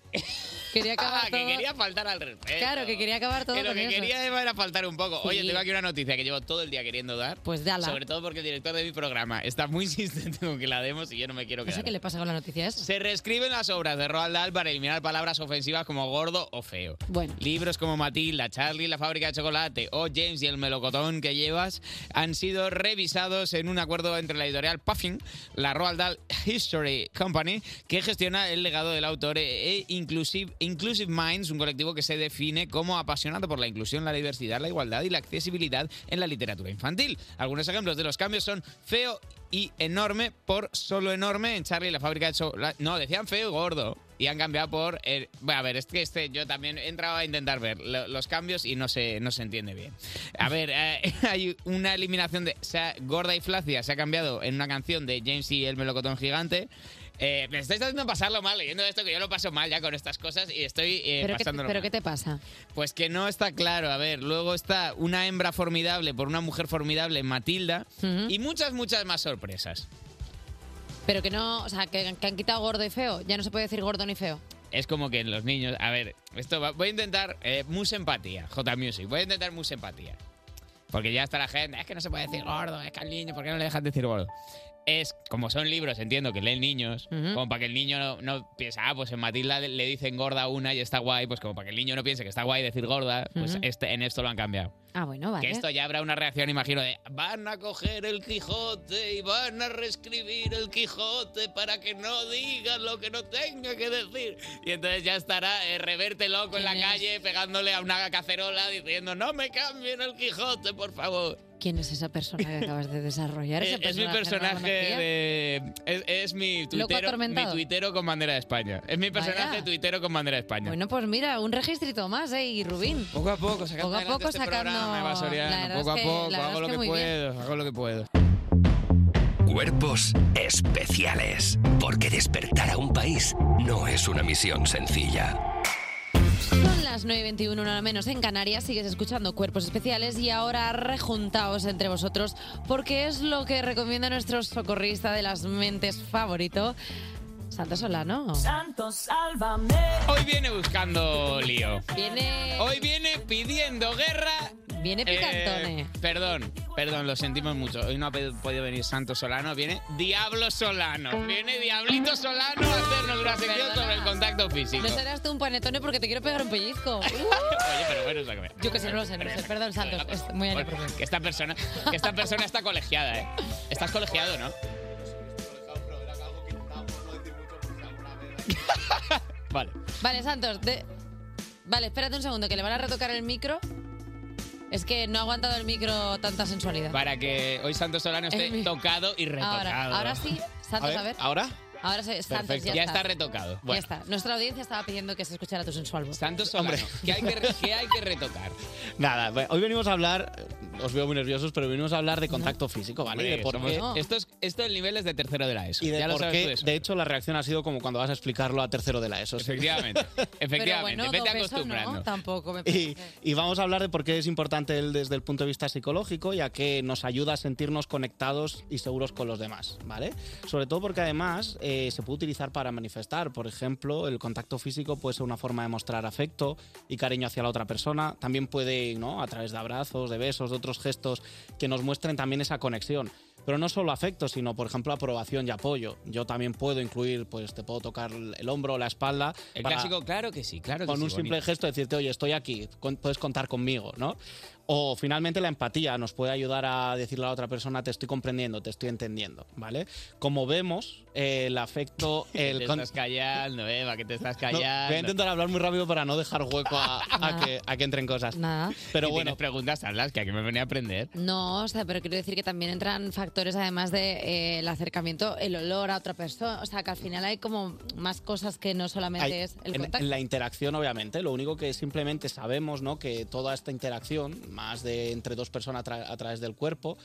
Quería acabar Ah, todo- que quería faltar al respeto. Claro, que quería acabar todo Que lo con que eso. quería era faltar un poco. Oye, Sí. tengo aquí una noticia que llevo todo el día queriendo dar. Pues dala. Sobre todo porque el director de mi programa está muy insistente con que la demos y yo no me quiero No sé quedar. qué le pasa con la noticia esa. Se reescriben las obras de Roald Dahl para eliminar palabras ofensivas como gordo o feo. Bueno. Libros como Matilda, Charlie, y la fábrica de chocolate o James y el melocotón que llevas han sido revisados en un acuerdo entre la editorial Puffin, la Roald Dahl History Company, que gestiona el legado del autor e Inclusive, Inclusive Minds, un colectivo que se define como apasionado por la inclusión, la diversidad, la igualdad y la accesibilidad en la literatura infantil. Algunos ejemplos de los cambios son feo y enorme por solo enorme en Charlie y la fábrica de chocolate. No, decían feo y gordo. Y han cambiado por. eh, bueno, a ver, es que este yo también he entrado a intentar ver lo- los cambios y no se, no se entiende bien. A ver, eh, hay una eliminación de. o sea, gorda y flacia se ha cambiado en una canción de James y el melocotón gigante. Eh, me estáis haciendo pasarlo mal leyendo esto, que yo lo paso mal ya con estas cosas y estoy eh, ¿Pero, qué, pasándolo pero mal. qué te pasa? Pues que no está claro. A ver, luego está una hembra formidable por una mujer formidable en Matilda y muchas, muchas más sorpresas. Pero que no, o sea, que, que han quitado gordo y feo. Ya no se puede decir gordo ni feo. Es como que los niños. A ver, esto va- voy a intentar eh, mus empatía, J Music. Voy a intentar mus empatía. Porque ya está la gente. Es que no se puede decir gordo, es que al niño, ¿por qué no le dejas decir gordo? Es como son libros, entiendo que leen niños, Ujú. como para que el niño no, no piense, ah, pues en Matilda le- le dicen gorda una y está guay, pues como para que el niño no piense que está guay decir gorda, pues Ujú. este, en esto lo han cambiado. Ah, bueno, vale. Que esto ya habrá una reacción, imagino, de van a coger el Quijote y van a reescribir el Quijote para que no digas lo que no tenga que decir. Y entonces ya estará eh, Reverte loco en la calle pegándole a una cacerola diciendo no me cambien el Quijote, por favor. ¿Quién es esa persona que acabas de desarrollar? Eh, Ese Es, mi personaje ¿no? de. Es, es mi, Loco tuitero, mi atormentado. tuitero con bandera de España. Es mi personaje Vaya. tuitero con bandera de España. Bueno, pues mira, un registrito más, ¿eh? Y Rubín. Poco a poco, sacando Poco a adelante poco este sacando. programa, Eva Soriano, la verdad poco a es que- poco, la verdad pues hago es lo que que muy bien. puedo, hago lo que puedo. Cuerpos especiales. Porque despertar a un país no es una misión sencilla. Son las 9.21, una hora menos en Canarias. Sigues escuchando Cuerpos Especiales y ahora rejuntaos entre vosotros porque es lo que recomienda nuestro socorrista de las mentes favorito, Santo Solano. Santo, sálvame. Hoy viene buscando lío. Viene. Hoy viene pidiendo guerra. Viene picantone. Eh, perdón, perdón, lo sentimos mucho. Hoy no ha pedido- podido venir Santo Solano, viene Diablo Solano. Viene Diablito Solano a hacernos una sección sobre el contacto físico. No serás tú un panetone porque te quiero pegar un pellizco. Uh, Oye, pero bueno, sácame. Yo que sé, no lo sé, no lo sé. Perdón, Santos. es Muy añejo. Bueno, que esta persona, que esta persona está colegiada, ¿eh? Estás colegiado, ¿no? Vale. Vale, Santos. de- Vale, espérate un segundo, que le van a retocar el micro. Es que no ha aguantado el micro tanta sensualidad. Para que hoy Santo Solano esté tocado y retocado. Ahora, ahora sí, Santos, a ver. ¿Ahora? Ahora se- Santos, Perfecto. ya, Ya está retocado. Bueno. Ya está. Nuestra audiencia estaba pidiendo que se escuchara tu sensual voz. Santos Solano, ¿qué hay que, re- qué hay que retocar? Nada, bueno, hoy venimos a hablar, os veo muy nerviosos, pero venimos a hablar de contacto físico, ¿vale? Y de Hombre, por somos- qué- esto, es, esto el nivel es de tercero de la E. ESO. y de ya lo por sabes qué, tú eso. de hecho, la reacción ha sido como cuando vas a explicarlo a tercero de la ESO. Efectivamente, efectivamente. dos Vete besos acostumbrando. no, tampoco me Y, parece. y vamos a hablar de por qué es importante él desde el punto de vista psicológico, ya que nos ayuda a sentirnos conectados y seguros con los demás, ¿vale? Sobre todo porque además eh, se puede utilizar para manifestar, por ejemplo, el contacto físico puede ser una forma de mostrar afecto y cariño hacia la otra persona, también puede, ¿no? A través de abrazos, de besos, de otros gestos que nos muestren también esa conexión. Pero no solo afecto, sino por ejemplo aprobación y apoyo. Yo también puedo incluir, pues te puedo tocar el el hombro, la espalda. El para- clásico, claro que sí, claro que con sí. un simple bonito. gesto decirte, oye, estoy aquí, con- puedes contar conmigo, ¿no? O finalmente la empatía nos puede ayudar a decirle a la otra persona, te estoy comprendiendo, te estoy entendiendo, ¿vale? Como vemos, eh, el afecto... Que El te con- estás callando, Eva, que te estás No, voy a callando. intentar hablar muy rápido para no dejar hueco a, a que, a que entren cosas. Pero Si bueno. tienes preguntas, hazlas, que aquí me venía a aprender. No, o sea, pero quiero decir que también entran factores además del de, eh, el acercamiento, el olor a otra persona. O sea, que al final hay como más cosas que no solamente Hay- es el en, contacto. en la interacción, obviamente, lo único que simplemente sabemos, ¿no? Que toda esta interacción, más de entre dos personas a, tra- a través del cuerpo,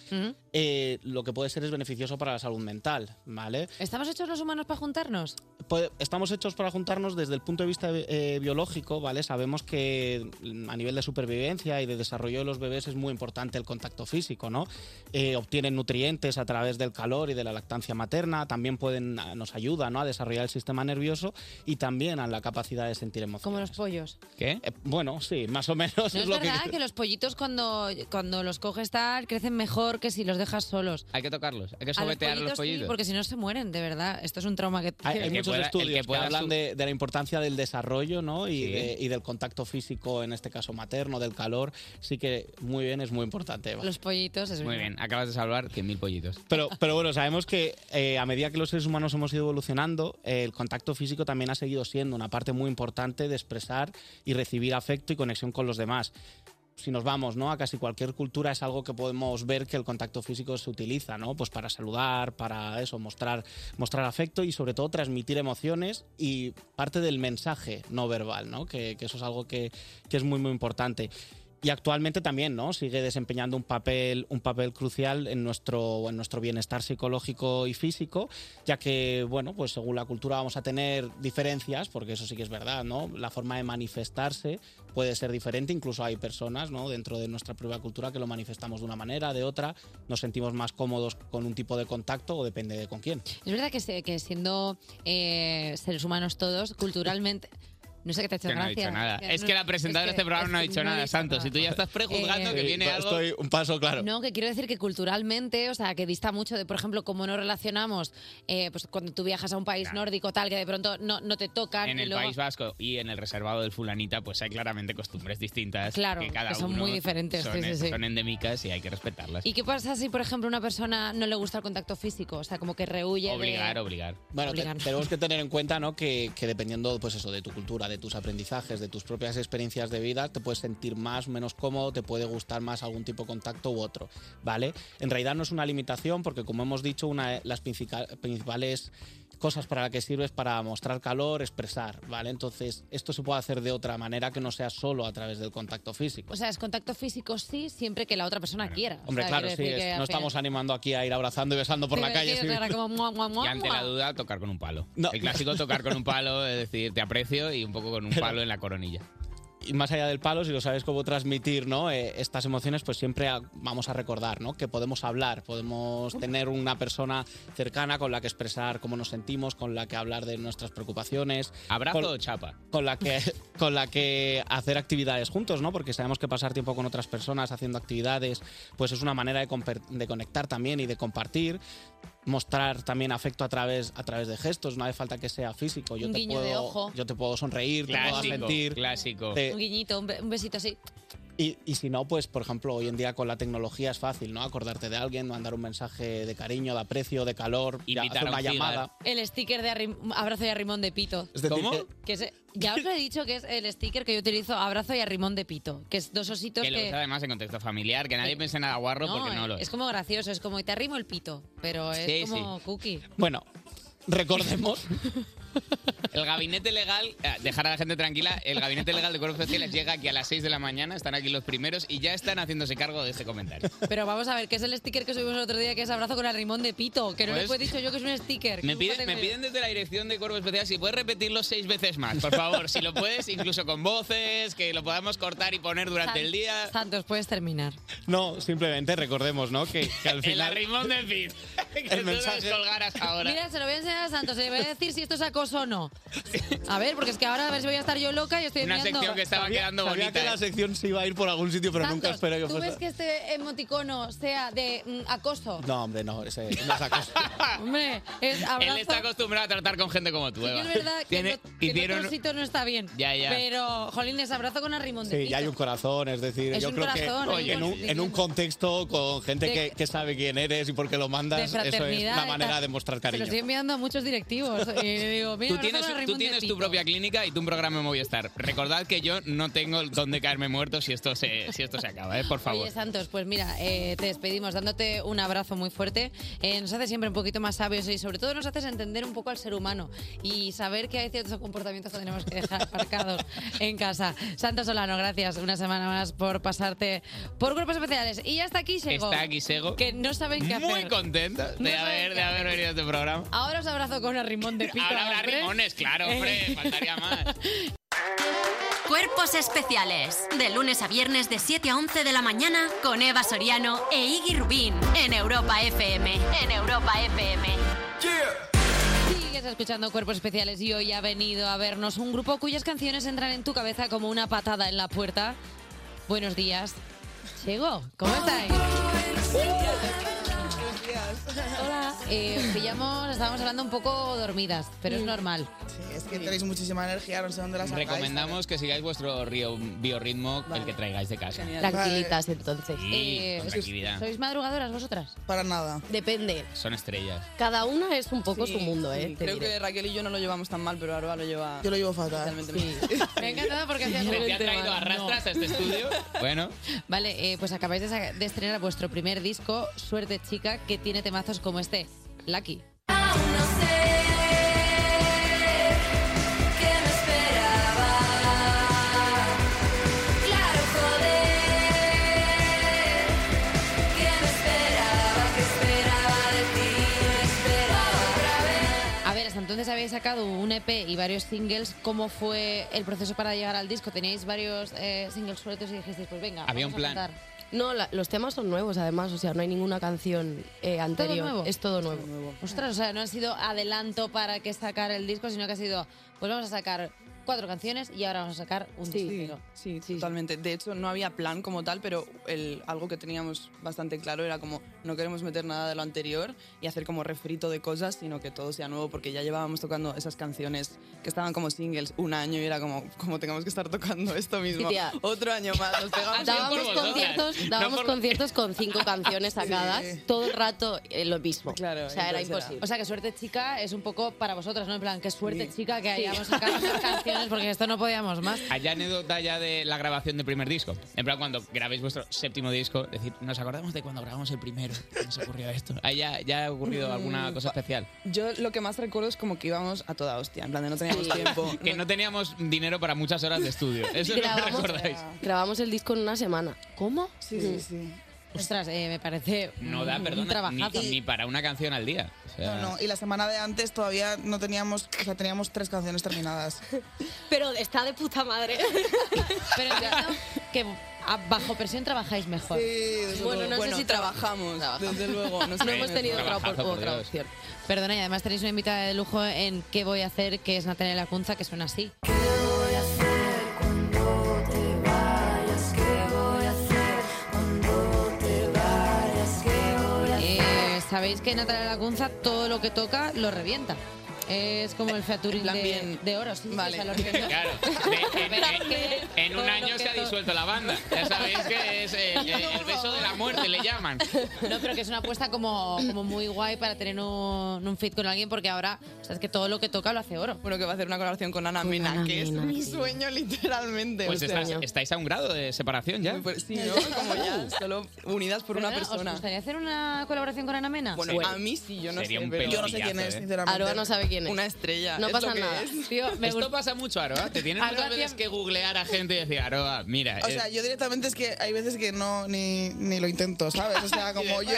eh, lo que puede ser es beneficioso para la salud mental, ¿vale? ¿Estamos hechos los humanos para juntarnos? Puede- estamos hechos para juntarnos desde el punto de vista eh, biológico, ¿vale? Sabemos que mm, a nivel de supervivencia y de desarrollo de los bebés es muy importante el contacto físico, ¿no? Eh, obtienen nutrientes a través del calor y de la lactancia materna, también pueden, ah, nos ayuda, ¿no? A desarrollar el sistema nervioso y también a la capacidad de sentir emociones. Como los pollos. ¿Qué? bueno, sí, más o menos. ¿No es lo verdad que, que los pollitos cuando, cuando los coges tal crecen mejor que si los dejas solos? Hay que tocarlos, hay que A sobetear los Sí, pollitos. porque si no se mueren, de verdad. Esto es un trauma que... Hay, que- hay muchos estudios que, hablan de, de la importancia del desarrollo ¿no? y, Sí. de- y del contacto físico, en este caso materno, del calor. Sí que muy bien, es muy importante. Eva. Los pollitos, es Muy verdad. bien, acabas de salvar 100.000 pollitos. Eh, Pero, pero bueno, sabemos que eh, a medida que los seres humanos hemos ido evolucionando, eh, el contacto físico también ha seguido siendo una parte muy importante de expresar y recibir afecto y conexión con los demás. Si nos vamos ¿no? a casi cualquier cultura, es algo que podemos ver que el contacto físico se utiliza, ¿no? Pues para saludar, para eso, mostrar, mostrar afecto y sobre todo transmitir emociones y parte del mensaje no verbal, ¿no? Que, que eso es algo que, que es muy, muy importante. Y actualmente también, ¿no? Sigue desempeñando un papel, un papel crucial en nuestro, en nuestro bienestar psicológico y físico, ya que, bueno, pues según la cultura vamos a tener diferencias, porque eso sí que es verdad, ¿no? La forma de manifestarse puede ser diferente, incluso hay personas, ¿no? Dentro de nuestra propia cultura que lo manifestamos de una manera, de otra, nos sentimos más cómodos con un tipo de contacto o depende de con quién. Es verdad que, se- que siendo eh, seres humanos todos, culturalmente... No sé qué te ha hecho Que no ha gracia. dicho nada. Que Es no- que la presentadora de es este programa es no ha que dicho nada, Santos. Y tú ya estás prejuzgando Eh, que viene algo. Estoy un paso claro. No, que quiero decir que culturalmente, o sea, que dista mucho de, por ejemplo, cómo nos relacionamos, eh, pues cuando tú viajas a un país nórdico tal, que de pronto no, no te tocan. En y el luego- País Vasco y en el reservado del fulanita, pues hay claramente costumbres distintas. Claro, que, cada que son uno muy diferentes, Son, sí, sí, sí. son endémicas y hay que respetarlas. ¿Y qué pasa si, por ejemplo, una persona no le gusta el contacto físico? O sea, como que rehuye. de- obligar. obligar. Bueno, te- Obligar. tenemos que tener en cuenta, ¿no? Que, que dependiendo, pues eso, de tu cultura, de de tus aprendizajes, de tus propias experiencias de vida, te puedes sentir más, menos cómodo, te puede gustar más algún tipo de contacto u otro, ¿vale? En realidad no es una limitación porque, como hemos dicho, una de las princica- principales cosas para las que sirve es para mostrar calor, expresar, ¿vale? Entonces, esto se puede hacer de otra manera que no sea solo a través del contacto físico. O sea, es contacto físico sí, siempre que la otra persona quiera. O Hombre, sea, claro, quiero sí, decir que es- al no final- estamos animando aquí a ir abrazando y besando por Sí, la calle. sí, era sí. como mua, mua, mua, Y ante mua. la duda, tocar con un palo. El clásico tocar con un palo, es decir, te aprecio y un poco con un palo en la coronilla. y más allá del palo, si lo sabes cómo transmitir ¿no? Eh, estas emociones, pues siempre a- vamos a recordar ¿no? que podemos hablar, podemos tener una persona cercana con la que expresar cómo nos sentimos, con la que hablar de nuestras preocupaciones. ¿Abrazo con- o chapa? con la que con la que hacer actividades juntos, ¿no? Porque sabemos que pasar tiempo con otras personas haciendo actividades, pues es una manera de, comper- de conectar también y de compartir, mostrar también afecto a través a través de gestos, no hace falta que sea físico. Yo Un te guiño puedo, de ojo. yo te puedo sonreír, te puedo Clásico, sentir, clásico. te- Un guiñito, un be- un besito así. y, y si no, pues por ejemplo, hoy en día con la tecnología es fácil, ¿no? Acordarte de alguien, mandar un mensaje de cariño, de aprecio, de calor, ya Invitar hacer a una un cigar. llamada. El sticker de arrim- abrazo y arrimón de pito. Es decir, eh, ¿Cómo? que- Que es- ya os lo he dicho que es el sticker que yo utilizo, abrazo y arrimón de pito, que es dos ositos Que que... lo usa además en contexto familiar, que nadie piense nada guarro porque no eh, lo es. es como gracioso, es como te arrimo el pito, pero es Sí, como cookie. Bueno, recordemos El gabinete legal, eh, dejar a la gente tranquila, el gabinete legal de cuerpos sociales llega aquí a las 6 de la mañana, están aquí los primeros y ya están haciéndose cargo de este comentario. Pero vamos a ver, ¿qué es el sticker que subimos el otro día que es abrazo con arrimón de pito? Que no Pues- les he dicho yo que es un sticker. Me que piden, búscate me con- piden desde la dirección de Cuerpos Especiales si puedes repetirlo seis veces más, por favor. Si lo puedes, incluso con voces, que lo podamos cortar y poner durante el día. Santos, puedes terminar. No, simplemente recordemos, ¿no? Que, que al El final. arrimón del pit. Que tú mensaje- descolgaras ahora. Mira, se lo voy a enseñar a Santos, le voy a decir si esto es acoso o no. A ver, porque es que ahora a ver si voy a estar yo loca y estoy Una enviando- sección que estaba quedando Sabía bonita. ¿eh? que la sección se iba a ir por algún sitio, pero nunca Santos, esperé que ¿Tú fuese. ves que este emoticono sea de mm, acoso? No, hombre, no, ese no es acoso. Hombre, es abrazo. Él está acostumbrado a tratar con gente como tú, Sí que Eva. es verdad que, Tiene- no, que el hicieron- otro sitio no está bien. Ya, ya. Pero, Jolín, es abrazo con arrimón de Sí, ya hay un corazón, es decir, Es yo un creo corazón, ¿eh? que oye, en, un, en un contexto con gente De- que, que sabe quién eres y por qué lo de mandas, eso es fraternidad. una y manera tal. de mostrar Se lo cariño. estoy enviando a muchos directivos. Y digo, mira, Tú tienes, abrazo con tú arrimón tienes de tu pito. propia clínica y tú un programa en Movistar. Recordad que yo no tengo dónde caerme muerto si esto se, si esto se acaba, ¿eh? por favor. Oye, Santos, pues mira, eh, te despedimos dándote un abrazo muy fuerte. Eh, nos hace siempre un poquito más sabios y sobre todo nos haces entender un poco al ser humano y saber que hay ciertos comportamientos que tenemos que dejar marcados en casa. Santos Solano, gracias una semana más por pasarte por grupos especiales. Y hasta aquí llegó. Está aquí Sego. Que no saben qué Muy hacer. contenta No de, saben haber, qué de haber venido a este programa. Ahora os abrazo con arrimón de pito. Ahora habrá hombre. Eh. rimones, claro, hombre, faltaría más. Cuerpos especiales. De lunes a viernes de 7 a 11 de la mañana con Eva Soriano e Iggy Rubín en Europa FM. En Europa FM. Sigues escuchando Cuerpos Especiales y hoy ha venido a vernos un grupo cuyas canciones entran en tu cabeza como una patada en la puerta. Buenos días. Chego, ¿cómo estáis? Hola, eh, os pillamos, estábamos hablando un poco dormidas, pero es normal. Es que tenéis muchísima energía, no sé dónde la sacáis. Recomendamos que sigáis vuestro río- biorritmo, el que traigáis de casa. Tranquilitas, entonces. Sí, con tranquilidad. Eh, ¿Sois madrugadoras vosotras? Para nada. Depende. Son estrellas. Cada una es un poco su mundo, ¿eh? Te Creo diré. que Raquel y yo no lo llevamos tan mal, pero Arba lo lleva. este Yo lo llevo fatal. Me ha encantado porque hacías ¿Te ha traído arrastras a este estudio? Bueno, Vale, eh, pues acabáis de, sa- de estrenar vuestro primer disco, Suerte Chica, que tiene temazos como este, Lucky. A ver, hasta entonces habéis sacado un EP y varios singles. ¿Cómo fue el proceso para llegar al disco? ¿Teníais varios eh, singles sueltos y dijisteis, pues venga, Había vamos un a plan. cantar? No, la- los temas son nuevos, además, o sea, no hay ninguna canción eh, anterior. nuevo? Es todo nuevo. Ostras, o sea, no ha sido adelanto para que sacar el disco, sino que ha sido, pues vamos a sacar cuatro canciones y ahora vamos a sacar un disco. Sí, sí, totalmente. De hecho, no había plan como tal, pero el, algo que teníamos bastante claro era como no queremos meter nada de lo anterior y hacer como refrito de cosas, sino que todo sea nuevo, porque ya llevábamos tocando esas canciones que estaban como singles un año y era como, como tengamos que estar tocando esto mismo. tía. Otro año más, nos pegamos. Dábamos conciertos, dábamos conciertos con cinco canciones sacadas, todo el rato eh, lo mismo. o sea, era imposible. O sea, que suerte chica es un poco para vosotras, ¿no? En plan, qué suerte chica que Sí. hayamos sacado una canción canciones porque esto no podíamos más. Allá anécdota ya de la grabación del primer disco. En plan, cuando grabéis vuestro séptimo disco, decir, nos acordamos de cuando grabamos el primero. Nos ocurrió esto. Ahí ya, ya ha ocurrido alguna Mm, cosa especial. Yo lo que más recuerdo es como que íbamos a toda hostia, en plan de no teníamos tiempo. que no teníamos dinero para muchas horas de estudio. Eso es lo que Grabamos- recordáis. Grabamos el disco en una semana. ¿Cómo? Sí, Mm. sí, sí. Ostras, eh, me parece No da, un perdona, ni, trabajazo. ni para una canción al día. O sea, No, no, y la semana de antes todavía no teníamos, o sea, teníamos tres canciones terminadas. Pero está de puta madre. Pero entiendo que a- bajo presión trabajáis mejor. Bueno, luego. no sé Bueno, si trabajamos, trabajamos. desde luego, no sé. No hemos tenido otra Trabajazo, opor- por otra Dios. opción. Perdona, y además tenéis una invitada de lujo en ¿Qué voy a hacer? que es Natalia Lacunza, que suena así. Eh, Sabéis que Natalia Lacunza todo lo que toca lo revienta. Es como el featuring de, de oro, sí, sí, o sea, lo revienta. Claro, de- en, en- en un año se ha disuelto la banda. Ya sabéis que es el, el beso de la muerte, le llaman. No, pero que es una apuesta como, como muy guay para tener un, un fit con alguien porque ahora, o sea, es que todo lo que toca lo hace oro. Bueno, que va a hacer una colaboración con Ana Mena, que es mi sueño literalmente. Pues o sea. estás- estáis a un grado de separación ya. Sí, ¿no? Como ya, solo unidas por una Perdona, ¿Os persona. gustaría hacer una colaboración con Ana Mena? Ah, Bueno, a mí sí, yo no Pues Sería sé, un pero- yo no sé pelotillazo, quién es, ¿eh? sinceramente. Aroa no sabe quién es. Una estrella. No es pasa lo que nada. es. Esto pasa mucho, Aroa. Te tienes Aroa muchas veces que googlear a gente y decir, Aroa, mira. O eh, sea, yo directamente es que hay veces que no, ni, ni lo intento, ¿sabes? O sea, como yo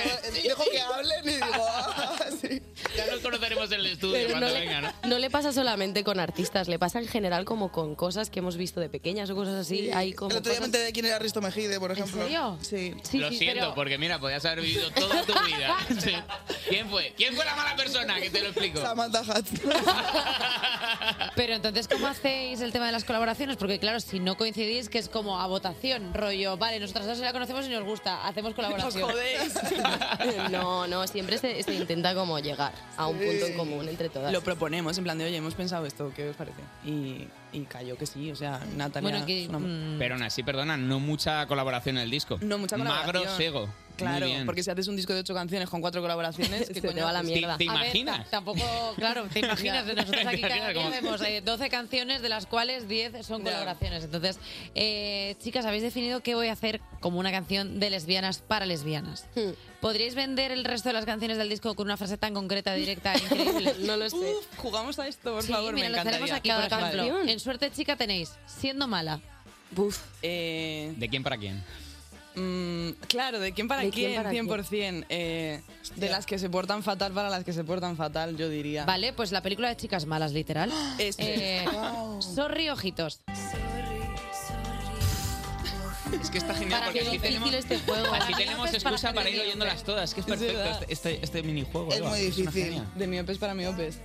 dejo que hablen y digo, ah, sí. ya nos conoceremos en el estudio Pero cuando no, venga, ¿no? le, no le pasa solamente con artistas, le pasa en general como con cosas que hemos visto de pequeñas o cosas así. Hay como El otro día cosas- me enteré de quién era Risto Mejide, por ejemplo. serio? Sí. Lo siento, porque mira, podías haber vivido toda tu vida. Sí. ¿Quién fue? ¿Quién fue la mala persona? Que te lo explico. Samantha Hudson. Pero entonces, ¿cómo hacéis el tema de las colaboraciones? Porque claro, si no coincidís, que es como a votación, rollo, vale, nosotras dos la conocemos y nos gusta, hacemos colaboración. Nos jodéis. No, no, siempre se, se intenta como llegar a un punto en común entre todas. Lo proponemos, en plan de, oye, hemos pensado esto, ¿qué os parece? Y, y cayó que sí, o sea, Natalia... Bueno, que- es una- mm, Pero aún así, perdona, no mucha colaboración en el disco. No, mucha colaboración. Magro, ciego. Claro, porque si haces un disco de ocho canciones con cuatro colaboraciones, Se ¿qué te coño va la haces? mierda. ¿Te- te A ver, imaginas? tampoco, claro, te imaginas de nosotros Te aquí cada imaginas día cómo- vemos eh, 12 canciones de las cuales 10 son colaboraciones. Entonces, eh, chicas, habéis definido qué voy a hacer como una canción de lesbianas para lesbianas. ¿Podríais vender el resto de las canciones del disco con una frase tan concreta, directa, increíble? no lo sé. jugamos a esto, por Sí, favor, mira, me lo tenemos encantaría. aquí, por ejemplo. En Suerte Chica tenéis Siendo Mala. Buf. Eh, ¿De quién para quién? Mm, claro, ¿de quién para ¿De quién quién? para 100%. eh, de las que se portan fatal para las que se portan fatal, yo diría. Vale, pues la película de Chicas Malas, literal. Eh, Eso es. Sorry, ojitos. Es que está genial Para porque mí así es difícil tenemos, este juego. así Para mí tenemos es excusa para para ir mí, oyéndolas todas. Que es Es perfecto verdad. este, este, este minijuego. Es Eva, muy una difícil. genia. De miopes para miopes.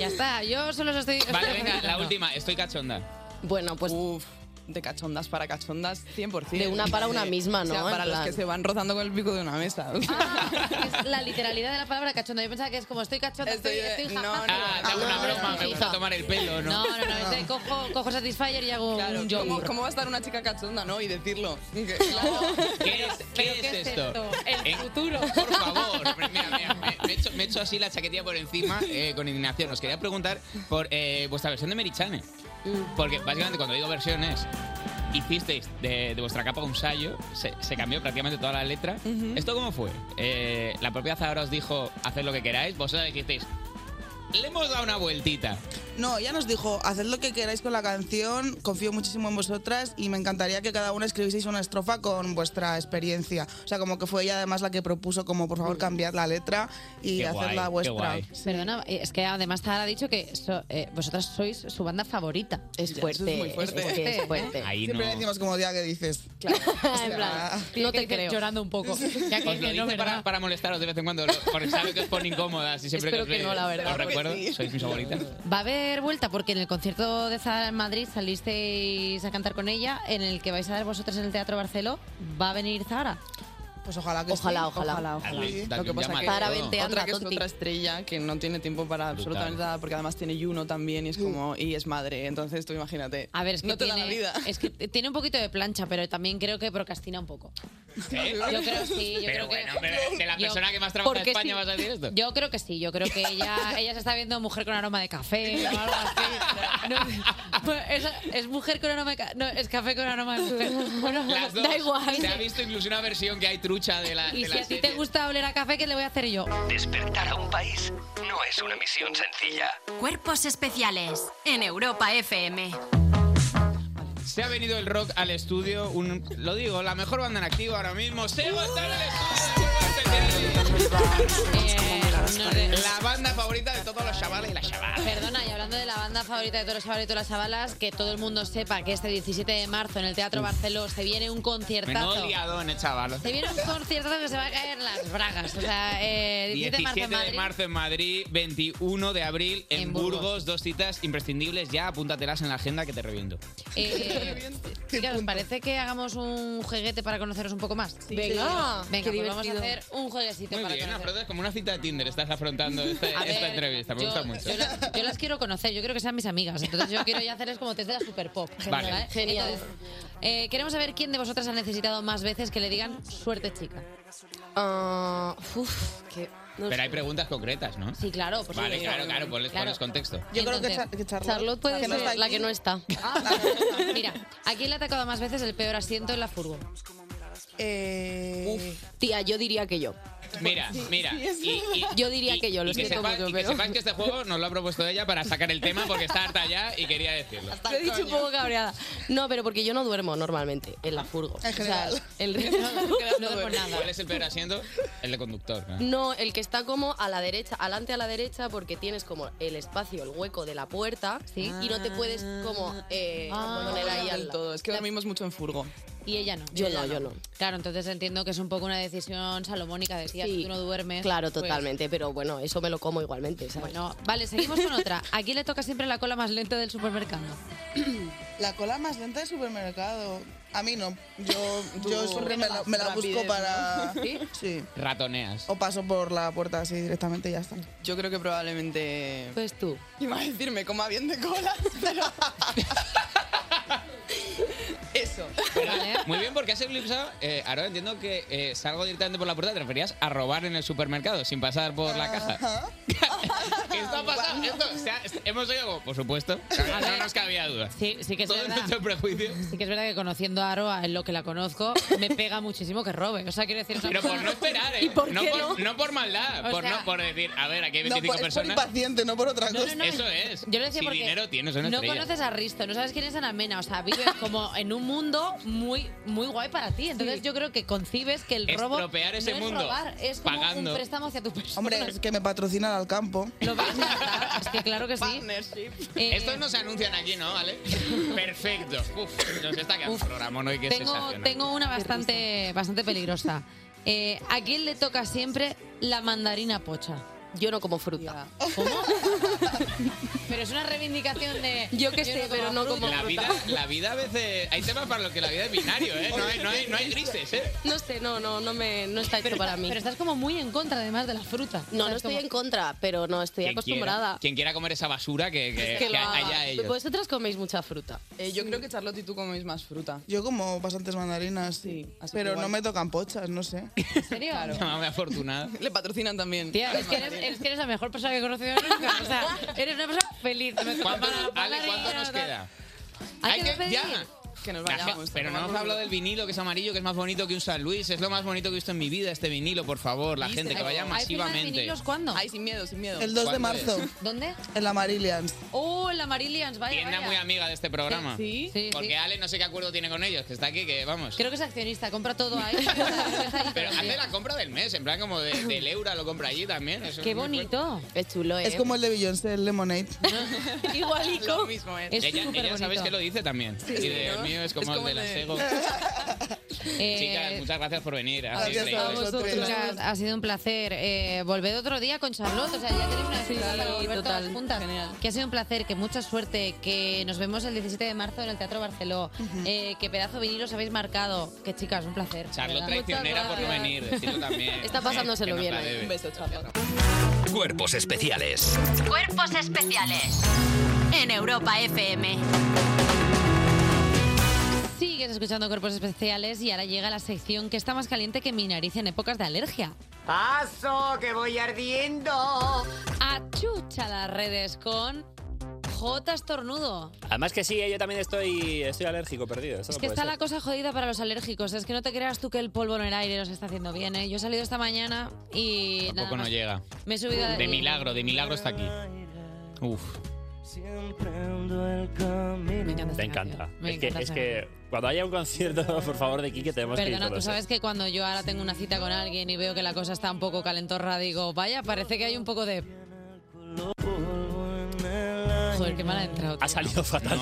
Ya está, yo solo os estoy... Vale, venga, la última. Estoy cachonda. Bueno, pues. Uf, de cachondas para cachondas, 100%. De una para una misma, O sea, ¿no? En para los plan. que se van rozando con el pico de una mesa. Es la literalidad de la palabra cachondo. Yo pensaba que es como estoy cachondo, estoy, estoy jajaja. Ah, te hago una broma, me gusta tomar el pelo, ¿no? No, no, no, es de cojo, cojo Satisfyer y hago un yogur. ¿Cómo, cómo va a estar una chica cachonda, no? Y decirlo. Que- ¿Qué es, qué es esto? El futuro. Por favor, hombre, mira, mira, me- me, echo, me echo así la chaquetilla por encima eh, con indignación. Os quería preguntar por eh, vuestra versión de Merichane. Porque básicamente cuando digo versiones, hicisteis de, de vuestra capa un sayo, se, se cambió prácticamente toda la letra. ¿Esto cómo fue? Eh, la propia Zahara os dijo, haced lo que queráis, vosotros dijisteis, le hemos dado una vueltita. No, ya nos dijo, haced lo que queráis con la canción, confío muchísimo en vosotras y me encantaría que cada una escribieseis una estrofa con vuestra experiencia. O sea, como que fue ella además la que propuso como por favor cambiar la letra y Qué hacerla guay, qué vuestra. guay. Perdona, eh, es que además Zahara ha dicho que so- eh, vosotras sois su banda favorita. Es fuerte, eso es muy es fuerte. fuerte, es fuerte. Ahí Siempre no- le decimos como día que dices. en Ah. plan, no te creo. Llorando un poco. Ya que Os lo dice, dice no, para, ¿verdad? para molestaros de vez en cuando, lo- porque sabe que os pone incómodas y siempre Espero que os que veo- no, la verdad. Os Espero que recuerdo, sí. sois mis favoritas. Va a haber vuelta porque en el concierto de Zahara en Madrid salisteis a cantar con ella, en el que vais a dar vosotras en el Teatro Barceló, va a venir Zahara. Pues ojalá que Ojalá, sí. ojalá. Sí. Lo que pasa que Para 20 otra anda, que es tonti. otra estrella que no tiene tiempo para Brutal. absolutamente nada porque además tiene Juno también Mm. y es como y es madre, entonces tú imagínate. A ver, es que, no te tiene, da la vida. es que t- tiene un poquito de plancha, pero también creo que procrastina un poco. ¿eh? Yo creo sí, yo Pero creo que- bueno, hombre, de la Yo- persona que más trabaja en porque España sí. vas a decir esto. Yo creo que sí, yo creo que ella, ella se está viendo mujer con aroma de café o algo así. No, bueno, es, es mujer con aroma de café. No, es café con aroma de mujer. Bueno, Las dos. da igual. Se ha visto incluso una versión que hay trucha de la, Y de si la a ti serie. te gusta oler a café, ¿qué le voy a hacer yo? Despertar a un país no es una misión sencilla. Cuerpos especiales en Europa FM. Se ha venido el rock al estudio. un- lo digo, la mejor banda en activo ahora mismo. Seba está en el Eh, estudio. La banda favorita de todos los chavales y las chavalas. Perdona, y hablando de la banda favorita de todos los chavales y todas las chavalas, que todo el mundo sepa que este 17 de marzo en el Teatro Barceló se viene un Menudo conciertazo. liadón, eh, chaval. Se viene un conciertazo que se va a caer las bragas. O sea, eh, 17 de marzo en 17 de Madrid. marzo en Madrid, 21 de abril en, En Burgos. Burgos. dos citas imprescindibles ya, apúntatelas en la agenda que te reviento. Eh, chicas, ¿os parece que hagamos un jueguete para conoceros un poco más? Venga, Venga, qué pues vamos a divertido. hacer un jueguecito Muy para bien, conoceros. afrontas como una cita de Tinder, estás afrontando este- A ver, esta entrevista, me yo- gusta mucho. Yo las, yo las quiero conocer, yo quiero que sean mis amigas. Entonces yo quiero ya hacerles como test de la super pop. Vale. Genial. ¿eh? queremos saber quién de vosotras ha necesitado más veces que le digan suerte chica. Ah, uf, que no Pero sé. hay preguntas concretas, ¿no? Sí, claro, por Vale, supuesto. claro, claro, ponles, Claro. ponles contexto. Entonces, Charlotte, puede que no ser está la aquí. que no está. Mira, ¿a quién le ha atacado más veces el peor asiento en la furgo? Uf, tía, yo diría que yo. Mira, mira. y- y- yo diría que yo, lo y que, siento sepa- mucho, y que pero... sepáis que este juego nos lo ha propuesto ella para sacar el tema porque está harta ya y quería decirlo. Lo he dicho un poco cabreada. No, pero porque yo no duermo normalmente en la furgo. O sea, general. el ¿Cuál es el peor asiento? El de conductor. ¿no? No, el que está como a la derecha, adelante a la derecha, porque tienes como el espacio, el hueco de la puerta, y no te puedes como eh, poner ahí al lado. todo. Es que dormimos mucho en furgo. Y ella Ah. no. Yo ella no, yo no. Claro, entonces entiendo que es un poco una decisión salomónica de si Sí. tú no duermes. Claro, pues- totalmente, pero bueno, eso me lo como igualmente, ¿sabes? Bueno, Vale, seguimos con otra. ¿A quién le toca siempre la cola más lenta del supermercado? La cola más lenta del supermercado. A mí no. Yo, Tú yo siempre me la, me la rapidez, busco ¿no? para. ¿Sí? Sí. Ratoneas. O paso por la puerta así directamente y ya está. Yo creo que probablemente. Pues tú. Iba a decirme, coma bien de cola, pero. Eso. Muy bien, porque has eclipsado. Eh, ahora entiendo que eh, salgo directamente por la puerta. Te referías a robar en el supermercado sin pasar por la caja. Esto ha pasado. Esto, o sea, hemos oído como, por supuesto. Ah, No, nos cabía duda. Sí, sí que es Todo verdad. nuestro prejuicio. Sí que es verdad que conociendo a Aroa, en lo que la conozco, me pega muchísimo que robe. O sea, quiero decir... Pero por no esperar, ¿eh? no, por, no por maldad, O por, sea- no, por decir, a ver, aquí hay 25 personas. impaciente, no por otra No, no, no, Eso es. Yo lo decía si porque dinero tienes, una no estrella. conoces a Risto, no sabes quién es Ana Mena, o sea, vives como en un mundo muy muy guay para ti. Entonces yo creo que concibes que el robo Estropear ese no mundo, es robar, es como pagando. un préstamo hacia tu persona. Hombre, es que me patrocina al campo. es que claro que sí. Eh, Estos no se anuncian aquí, ¿no? ¿Vale? Perfecto. Uf, nos está quedando Uf. el programa, ¿no? Y qué tengo, sensacional. tengo una bastante, bastante peligrosa. Eh, ¿A quién le toca siempre la mandarina pocha? Yo no como fruta. Pero es una reivindicación de... Yo qué sé, como pero no fruta. como La vida, la vida a veces. Hay temas para los que la vida es binario, ¿eh? No hay, no hay, no hay grises, ¿eh? No sé, no, no, no me no está hecho para mí. Pero estás como muy en contra además de la fruta. No, Estás no estoy como- en contra, pero no estoy Quien quiera- acostumbrada. Quien quiera comer esa basura, que, que, Que que lo haya haga. ellos. Pues, Vosotras coméis mucha fruta. Eh, yo creo que Charlotte y tú coméis más fruta. Yo como bastantes mandarinas, sí. así Pero que no igual. me tocan pochas, no sé. ¿En serio? Llámame afortunada. Le patrocinan también. Tía, es que, eres, es que eres la mejor persona que he conocido nunca. O sea, eres una persona feliz. ¿Cuánto, Ale, ¿cuánto nos queda? Hay que- despedir. ya. Que nos Ajá, vayamos. Pero no hemos hablado del vinilo, que es amarillo, que es más bonito que un San Luis. Es lo más bonito que he visto en mi vida, este vinilo, por favor. La gente, que vaya masivamente. cuándo? Ay, sin miedo, sin miedo. El 2 de ¿Cuándo es? marzo. ¿Dónde? En la Marillians. Oh, la Marillians, vaya, Tienda vaya. muy amiga de este programa. Sí, sí, Porque sí. Ale no sé qué acuerdo tiene con ellos, que está aquí, que vamos. Creo que es accionista, compra todo ahí. Pero hace la compra del mes, en plan como de- del euro lo compra allí también. eso es muy Es chulo, ¿eh? Es como el de Beyoncé, el Lemonade. Igualico. Lo mismo, ¿eh? fuerte. ella, ella sabes que lo dice también. y de- el mío es como, el de la Sego. Eh, Chicas, muchas gracias por venir. ¿eh? Ha sido Gracias increíble. Chicas, ha sido un placer. Eh, volved otro día con Charlotte. O sea, ya tenemos una excusa para volver todas juntas. Que ha sido un placer, que mucha suerte, que nos vemos el 17 de marzo en el Teatro Barceló. Eh, que pedazo vinilo os habéis marcado. Que chicas, un placer. Charlotte Charlotte traicionera por no venir, decirlo también. Está Que pasándoselo nos bien la ahí. debe. Un beso, Charlotte. Cuerpos especiales. Cuerpos especiales en Europa FM. Sigues escuchando Cuerpos Especiales y ahora llega la sección que está más caliente que mi nariz en épocas de alergia. ¡Paso, que voy ardiendo! Achucha las redes con J estornudo. Además que sí, eh, yo también estoy, estoy alérgico perdido. Esto Es no que puede está ser. la cosa jodida para los alérgicos. Es que no te creas tú que el polvo en el aire nos está haciendo bien. ¿eh? Yo he salido esta mañana y nada Tampoco no más. llega. Me he subido a- De milagro, de milagro está aquí. Uf. Te encanta. Me es, que, encanta es esa que cuando haya un concierto, por favor, de Kike, tenemos que ir Perdona, tú todos. ¿eh? sabes que cuando yo ahora tengo una cita con alguien y veo que la cosa está un poco calentorra, digo, vaya, parece que hay un poco de... Joder, qué mal ha entrado. Ha salido fatal.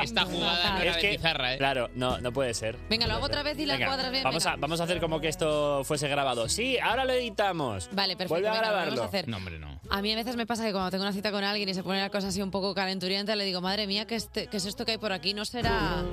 Esta jugada no era de pizarra, ¿eh? Claro, no, no puede ser. Venga, lo hago otra vez y la Venga, cuadras bien. Vamos venga. a, vamos a hacer como que esto fuese grabado. Sí, ahora lo editamos. Vale, perfecto, Vuelve a venga, lo grabarlo. vamos a hacer. No, hombre, no. A mí a veces me pasa que cuando tengo una cita con alguien y se pone la cosa así un poco calenturienta, le digo, madre mía, ¿qué, este- qué es esto que hay por aquí? ¿No será...?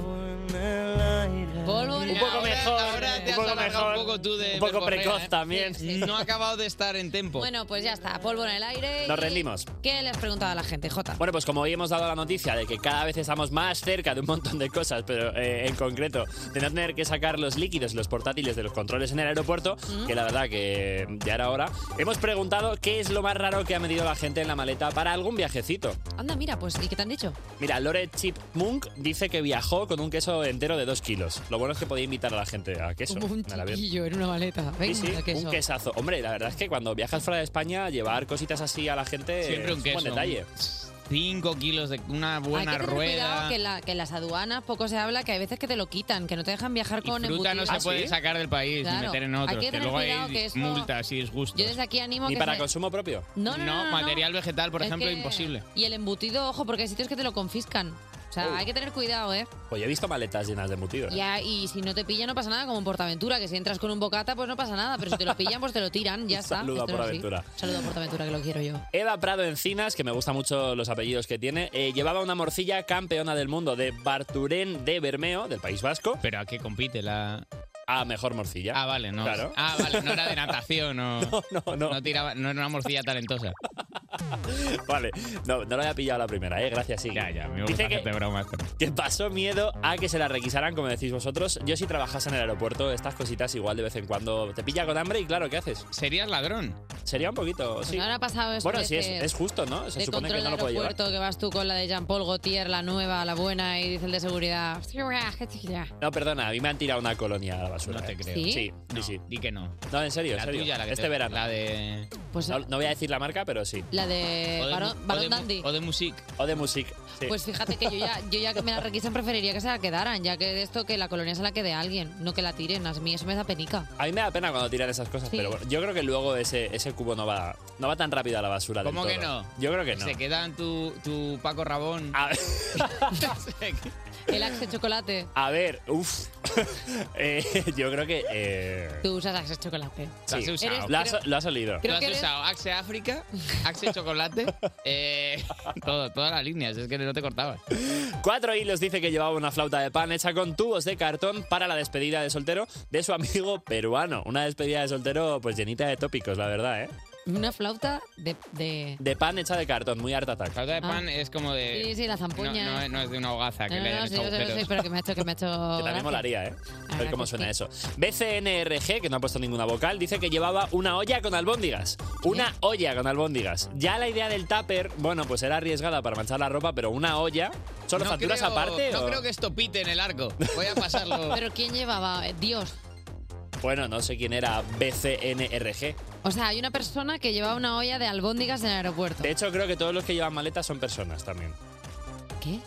Polvo en el aire. Ahora te un has poco alargado mejor, un poco tú de un poco verborrea, precoz ¿eh? también. No ha acabado de estar en tempo. Bueno, pues ya está, polvo en el aire. Nos y- rendimos. ¿Qué le has preguntado a la gente, Jota? Bueno, pues como hoy hemos dado la noticia de que cada vez estamos más cerca de un montón de cosas, pero eh, en concreto de no tener que sacar los líquidos, los portátiles de los controles en el aeropuerto, Mm. que la verdad que ya era hora, hemos preguntado qué es lo más raro que ha metido la gente en la maleta para algún viajecito. Anda, mira, pues, ¿y qué te han dicho? Mira, Lore Chip Munk dice que viajó con un queso entero de 2 kilos. Lo bueno es que podía invitar a la gente a queso. Como un Maravilla. chiquillo en una maleta. Venga, Sí, sí, queso. un quesazo. Hombre, la verdad es que cuando viajas fuera de España, llevar cositas así a la gente Siempre un es buen queso. detalle. 5 kilos de una buena hay que tener rueda. cuidado que, en la- que en las aduanas poco se habla, que hay veces que te lo quitan, que no te dejan viajar Y con fruta no embutidos. Ah, se puede sacar del país ni Claro. meter en Hay otros, que que, tener luego cuidado hay que esto- multas y disgustos. Yo desde aquí animo a que se- propio? No, no, no, no, no. material vegetal, por Es ejemplo, que- imposible. Y el embutido, ojo, porque hay sitios que te lo confiscan. O sea, Oh. hay que tener cuidado, ¿eh? Pues yo he visto maletas llenas de embutidos. Y, a- y si no te pillan no pasa nada, como en Portaventura, que si entras con un bocata pues no pasa nada, pero si te lo pillan pues te lo tiran, ya está. Saluda Esto es por así. aventura. Saluda a Portaventura, que lo quiero yo. Eva Prado Encinas, que me gusta mucho los apellidos que tiene, eh, llevaba una morcilla campeona del mundo de Barturén de Bermeo, del País Vasco. ¿Pero a qué compite la...? A mejor morcilla. Ah, vale, no. Claro. Ah, vale, no era de natación o... No, no, no. tiraba, no era una morcilla talentosa. Vale, no, no lo había pillado la primera, ¿eh? Gracias, sí. Ya, ya, me gusta que, hacerte que pasó miedo a que se la requisaran, como decís vosotros. Yo si trabajas en el aeropuerto, estas cositas igual de vez en cuando te pilla con hambre y claro, ¿qué haces? ¿Serías ladrón? Sería un poquito, Bueno, sí. Pues ahora ha pasado eso Bueno, de sí, es, que- es justo, ¿no? Ah, Se de supone que control no lo de puede llevar. aeropuerto que vas tú con la de Jean-Paul Gaultier, la nueva, la buena, y dice el de seguridad. No, perdona, a mí me han tirado una colonia a la basura. No te creo. Sí, ¿Sí? sí, sí. Di que no. No, en serio, en La serio. tuya, la que este te- verano. La de... no, no voy a decir la marca, pero sí. Pues La de Barón, Barón Dandy. O de Music. O de Music. sí. Pues fíjate que yo ya, yo ya que me la requisan preferiría que se la quedaran, ya que de esto que la colonia se la quede a alguien, no que la tiren. A mí eso me da penica. A mí me da pena cuando tiran esas cosas, Sí. pero bueno, yo creo que luego ese, ese cubo no va, no va tan rápido a la basura. del ¿Cómo que todo. no? Yo creo que no. Se quedan tu, tu Paco Rabón. El Axe Chocolate. A ver, uff. yo creo que. eh, Tú usas Axe Chocolate. sí. has usado. Lo has- Creo- lo has olido. Lo has usado Axe África, Axe Chocolate, eh, todo, todas las líneas, es que no te cortabas. Cuatro hilos dice que llevaba una flauta de pan hecha con tubos de cartón para la despedida de soltero de su amigo peruano. Una despedida de soltero, pues llenita de tópicos, la verdad, ¿eh? Una flauta de... de- De pan hecha de cartón, muy harta attack. Flauta de Ah. pan es como Eh, de. Sí, sí, la zampuña. No, no es- no es de una hogaza que ¿eh? No, le no, hayan no, hecho sí, yo sé, yo agujeros. sé, pero que me ha hecho... Que me ha hecho Que también gracia. molaría, ¿eh? A ver verdad cómo que suena sí. eso. BCNRG, que no ha puesto ninguna vocal, dice que llevaba una olla con albóndigas. Una olla con albóndigas. Ya la idea del tupper, bueno, pues era arriesgada para manchar la ropa, pero una olla. ¿Solo No facturas creo- aparte? No o- Pues creo que esto pite en el arco. Voy a pasarlo. Pero ¿quién llevaba? Eh, Dios. Bueno, no sé quién era BCNRG. O sea, hay una persona que llevaba una olla de albóndigas en el aeropuerto. De hecho, creo que todos los que llevan maletas son personas también. ¿Qué?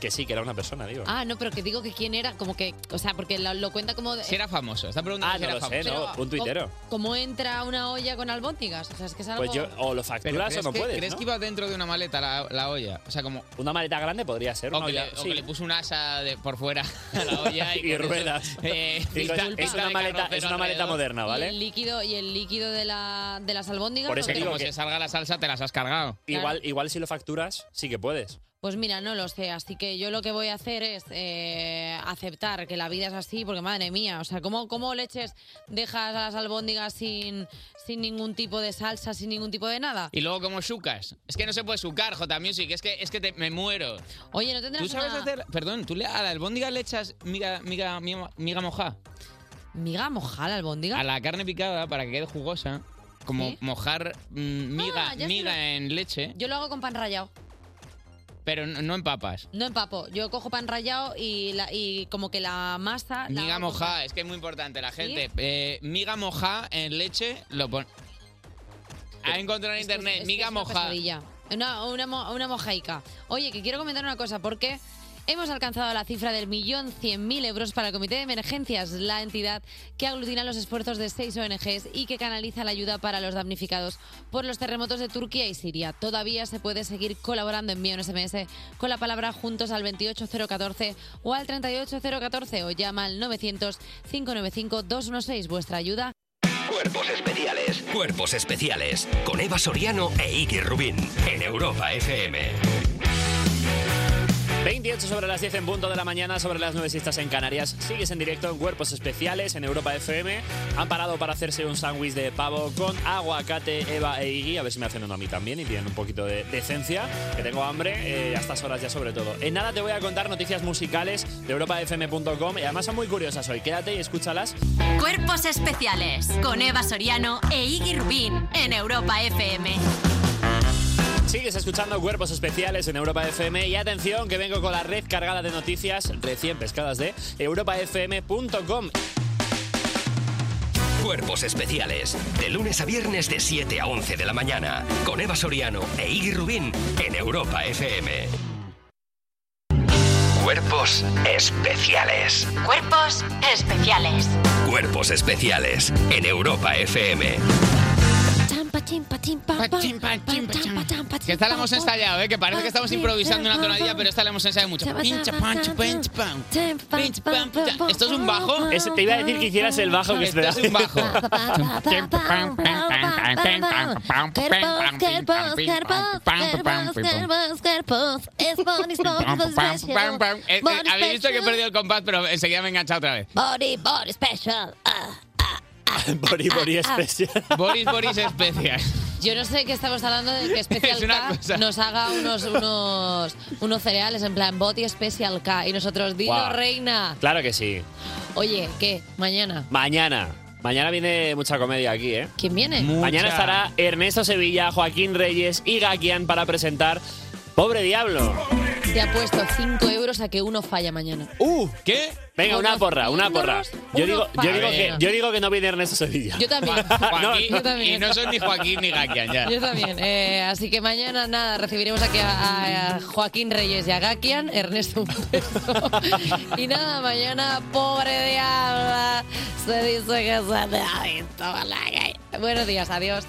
Que sí, que era una persona, digo. Ah, no, pero que digo que quién era, como que, o sea, porque lo, lo cuenta como... de- Si era famoso. Está preguntando Ah, si no era lo sé, famoso. no. Un tuitero. Como entra una olla con albóndigas, o sea, es que es algo... Pues yo, o lo Pero facturas o ¿crees no que- puedes. ¿Crees ¿no? que iba dentro de una maleta la, la olla? O sea, como. Una maleta grande podría ser. O una que, le, olla- o sí. que le puso un asa de- por fuera a la olla y, Y con eso, ruedas. eh, Digo, pista- es- pista es una de maleta- carrocero es una maleta alrededor. moderna, Y ¿vale? el líquido, y el líquido de, la, de las albóndigas... Por eso lo digo tenemos. que salga la salsa, te las has cargado. Igual, igual si lo facturas, sí que puedes. Pues mira, no lo sé, así que yo lo que voy a hacer es eh, aceptar que la vida es así, porque madre mía, o sea, ¿cómo, cómo leches dejas a las albóndigas sin, sin ningún tipo de salsa, sin ningún tipo de nada? Y luego como sucas. Es que no se puede sucar, J Music. Es que, es que te- me muero. Oye, ¿no tendrás ¿Tú sabes una- hacer...? Perdón, ¿tú le, a la albóndiga le echas miga, miga, miga, miga mojada? ¿Miga mojada la albóndiga? A la carne picada para que quede jugosa. Como mojar mm, miga, Ah, ya sé miga lo- en leche, Yo lo hago con pan rallado, pero no, no en papas. no empapo, yo cojo pan rallado y, la- y como que la masa... Ah, la Miga hago con pan- mojada, es que es muy importante la gente. Eh, miga mojada en leche, lo pon... A encontrar en internet, Es que miga es una mojada. pesadilla. Una, una, mo- una mojaica. Oye, que quiero comentar una cosa, porque hemos alcanzado la cifra del millón cien mil euros para el Comité de Emergencias, la entidad que aglutina los esfuerzos de seis ONGs y que canaliza la ayuda para los damnificados por los terremotos de Turquía y Siria. Todavía se puede seguir colaborando en un SMS con la palabra juntos al 28014 o al 38014 o llama al 900 595 216. Vuestra ayuda Cuerpos especiales. Cuerpos especiales. Con Eva Soriano e Iggy Rubín. En Europa FM. 28 sobre las 10 en punto de la mañana, sobre las 9 si estás en Canarias. Sigues en directo en Cuerpos Especiales en Europa FM. Han parado para hacerse un sándwich de pavo con aguacate, Eva e Iggy. A ver si me hacen uno a mí también y tienen un poquito de decencia, que tengo hambre eh, a estas horas ya sobre todo. En nada te voy a contar noticias musicales de europafm.com y además son muy curiosas hoy. Quédate y escúchalas. Cuerpos especiales con Eva Soriano e Iggy Rubín en Europa FM. Sigues escuchando Cuerpos Especiales en Europa FM y atención que vengo con la red cargada de noticias recién pescadas de europafm.com. Cuerpos especiales. De lunes a viernes de 7 a 11 de la mañana. Con Eva Soriano e Iggy Rubín. En Europa FM. Cuerpos especiales. Cuerpos especiales. Cuerpos especiales. En Europa FM. Champa, chimpa, chimpa, pam, pam, champa, champa, Que esta la hemos ensayado, ¿eh? que parece que Ah, estamos improvisando una tonadilla, pero esta la hemos ensayado mucho. Pincha, pancha, pincha, pam. Pincha, pam, pincha. ¿Esto es un bajo? Ah, Ese- te iba a decir que hicieras el bajo que Esto es un bajo. Pam, pam. Eh, eh, Habéis visto que he perdido el compás, pero enseguida me he enganchado otra vez. Body, body special. Boris Boris Ah, Especial. Boris Boris Especial. Yo no sé qué estamos hablando de que Special Es una K cosa. nos haga unos, unos, unos cereales en plan Body Special K y nosotros, dilo Guau. reina. Claro que sí. Oye, ¿qué? Mañana. Mañana. Mañana viene mucha comedia aquí, ¿eh? ¿Quién viene? Mañana estará Ernesto Sevilla, Joaquín Reyes y Gaquian para presentar Pobre Diablo. Te apuesto 5 euros a que uno falla mañana. ¡Uh! ¿Qué? Venga, una porra, una porra. Yo digo, yo, unos digo que, panes. yo digo que no viene Ernesto Sevilla. Yo también. Joaquín, Yo también. Y no son ni Joaquín ni Gakian ya. Yo también. Eh, así que mañana nada, recibiremos aquí a, a- a Joaquín Reyes y a Gakian, Ernesto un beso. y nada, mañana, pobre diabla, se dice que se te ha visto por la calle. Buenos días, adiós.